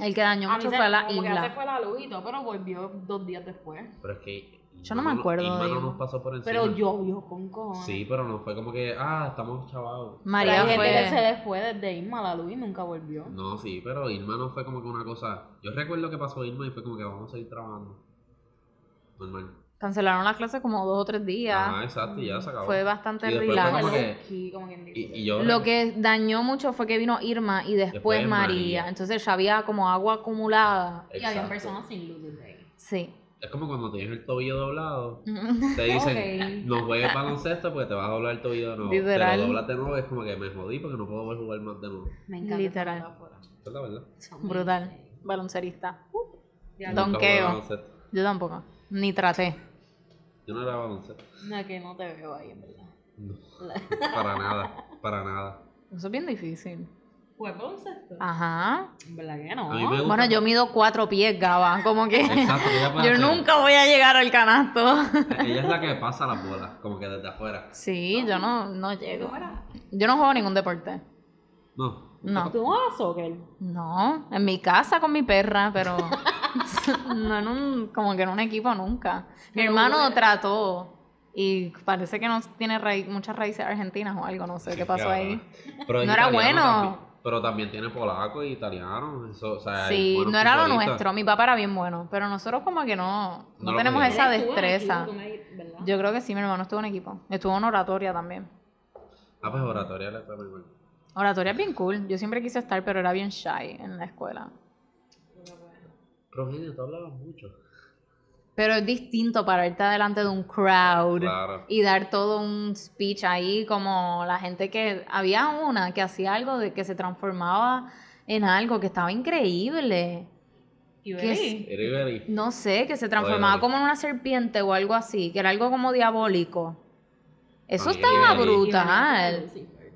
El que dañó
A mí
mucho
se-
fue la
como que ya se
isla.
fue la luz y todo, pero volvió dos días después.
Pero es que.
Yo
Irma
no me acuerdo
Irma
de
no
Irma.
nos pasó por encima.
Pero llovió con cojones.
Sí, pero no fue como que. Ah, estamos chavados.
Pero
María
hay gente que se
fue.
después desde Irma la luz y nunca volvió.
No, sí, pero Irma no fue como que una cosa. Yo recuerdo que pasó Irma y fue como que vamos a seguir trabajando. Normal.
Cancelaron las clases como dos o tres días.
Ah, exacto, y ya se acabó.
Fue bastante
Y después fue
relax.
como que-
low-key, como quien dice.
Y, y yo.
Lo que dañó mucho fue que vino Irma y después,
Después
María.
María.
Entonces ya había como agua acumulada.
Y había
Exacto.
personas sin luz desde ahí.
Sí.
Es como cuando tienes el tobillo doblado.
Ujú.
Te dicen,
Ok.
no juegues baloncesto porque te vas a doblar el tobillo de nuevo.
Literal.
Pero doblas de nuevo es como que me jodí porque no puedo volver a jugar más de nuevo.
Me encanta.
Literal.
esa metáfora.
Esa es la verdad.
Brutal. Baloncerista.
Ya no.
Don-
Nunca jugué
Donkeo.
baloncesto.
Yo tampoco. Ni traté.
Yo no era baloncesto.
No, es que no te veo ahí, en verdad.
No. para nada, para nada.
Eso es bien difícil.
¿Fue baloncesto?
Ajá.
En verdad que no.
A mí me gusta.
Bueno, yo mido cuatro pies, Gaba. Como que
Exacto, ella puede
yo
hacer-
nunca voy a llegar al canasto.
Ella es la que pasa las bolas, como que desde afuera.
Sí, yo no, no llego. Yo no juego ningún deporte.
No.
No.
¿Tú no vas a soccer?
No, en mi casa con mi perra, pero no en un, como que en un equipo nunca. Mi
Pero-
hermano trató Y parece que no tiene raí- muchas raíces argentinas o algo, no sé qué pasó ahí.
Pero
No
es
era
italiano
bueno.
también- pero también tiene polaco e italiano. Eso, o sea, hay
Sí,
buenos
no era lo
futbolistas.
nuestro. Mi papá era bien bueno, pero nosotros como que no,
No
no,
lo
tenemos
podíamos.
esa
Eres tú,
destreza.
tú, tú me- ¿verdad?
Yo creo que sí, mi hermano estuvo en equipo. Estuvo en oratoria también.
Ah, pues oratoria le fue muy bien.
Oratoria es bien cool. Yo siempre quise estar, pero era bien shy en la escuela.
Rogelio, tú hablabas mucho.
Pero es distinto pararte delante de un crowd
Claro.
y dar todo un speech ahí, como la gente que. Había una que hacía algo de que se transformaba en algo que estaba increíble.
Y
Que es-
Beli.
Era Iberi.
No sé, que se transformaba
Oye.
como en una serpiente o algo así, que era algo como diabólico. Eso
Oye,
estaba
Iberi.
brutal.
Lucifer.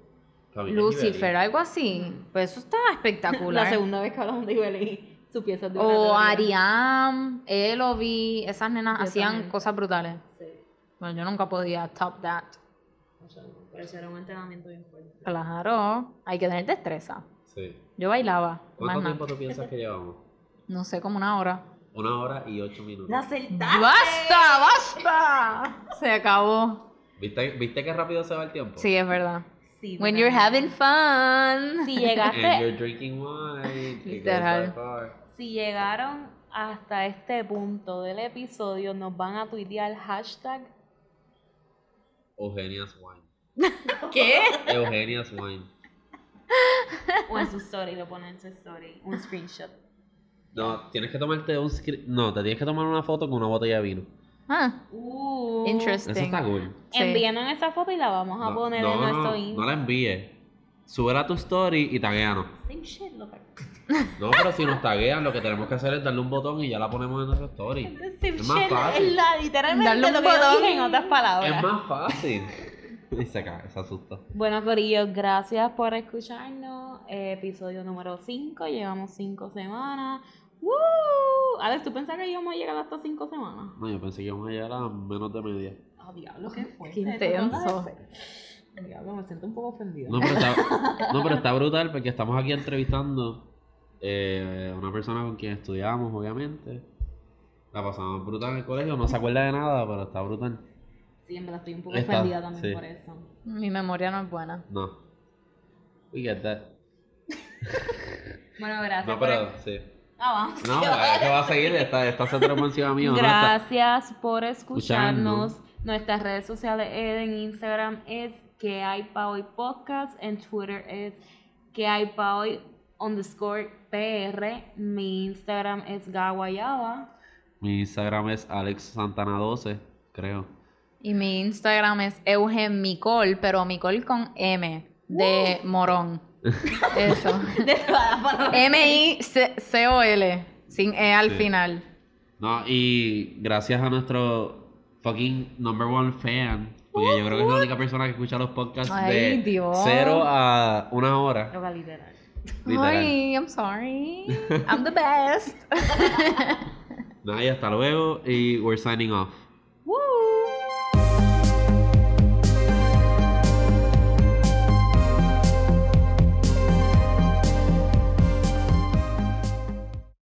También es
Lucifer,
Iberi.
algo así. Pues eso estaba
La
espectacular.
segunda vez que hablamos de Ibeli, su pieza de
O
oratoria.
Ariam, Elovi, esas nenas
Yo
hacían
también.
cosas brutales.
Sí.
Bueno, yo nunca podía top that.
O sea, pero eso era un entrenamiento bien fuerte.
Claro, hay que tener destreza.
Sí.
Yo bailaba, más
¿Cuánto
nada.
tiempo tú piensas que llevamos?
No sé, como una hora.
Una hora y ocho minutos.
¡La acertaste!
¡Basta, basta! Se acabó.
¿Viste, ¿Viste qué rápido se va el tiempo?
Sí, es verdad.
Sí,
When
¿verdad?
you're having fun.
Si
And
llegaste,
you're drinking wine. it goes by
Literal.
far.
si llegaron hasta este punto del episodio, nos van a tuitear hashtag
Eugenia's wine.
¿Qué?
Eugenia's wine.
o en su story, lo ponen en su story, un screenshot.
No, tienes que tomarte un screen. No, te tienes que tomar una foto con una botella de vino.
Ah,
Uh,
Eso
interesting.
está cool.
Sí.
Envíanos esa foto y la vamos a poner en nuestro
no,
Instagram.
la envíes. Súbela a tu story y taguéanos.
Same shit, loca.
No, pero si nos taguean, lo que tenemos que hacer es darle un botón y ya la ponemos en nuestra story. Es más
Es
fácil.
la, literalmente
Darle un
lo que yo
botón.
dije en otras palabras.
Es más fácil. Y se cae, se asusta.
Bueno, Corillo, gracias por escucharnos. Eh, Episodio número 5, llevamos 5 semanas. ¡Woo! Alex, ¿tú pensás que íbamos a llegar hasta 5 semanas?
No, yo pensé que íbamos a llegar a menos de media.
Ah, diablo, qué fuerte.
Qué intenso.
Diablo, me siento un poco ofendida.
No, pero está, no, pero está brutal porque estamos aquí entrevistando eh, a una persona con quien estudiamos, obviamente. La pasamos brutal en el colegio, no se acuerda de nada, pero está brutal.
Sí, en verdad estoy un poco
Está,
ofendida también
sí.
por eso.
Mi memoria no es buena.
No. We get that.
Bueno, gracias.
No,
por-
pero sí.
Ah, vamos.
No, eso va a seguir, está, está ese trauma encima mío. ¿no? Está-
Gracias por escucharnos. Nuestras redes sociales eh, en Instagram es que hay pa hoy podcast, en Twitter es que hay pa hoy underscore PR, mi Instagram es gawayaba.
Mi Instagram es Alex Santana 12, creo.
Y mi Instagram es eugenmicol, pero micol con M, de morón. Eso. M-I-C-O-L, sin E al
Sí.
final.
No, y gracias a nuestro fucking number one fan, porque yo creo que es la única persona que escucha los podcasts
Ay,
de
Dios.
cero a una hora.
Loca literal.
Literal.
Ay, I'm sorry. I'm the best.
Nada, y hasta luego y we're signing off.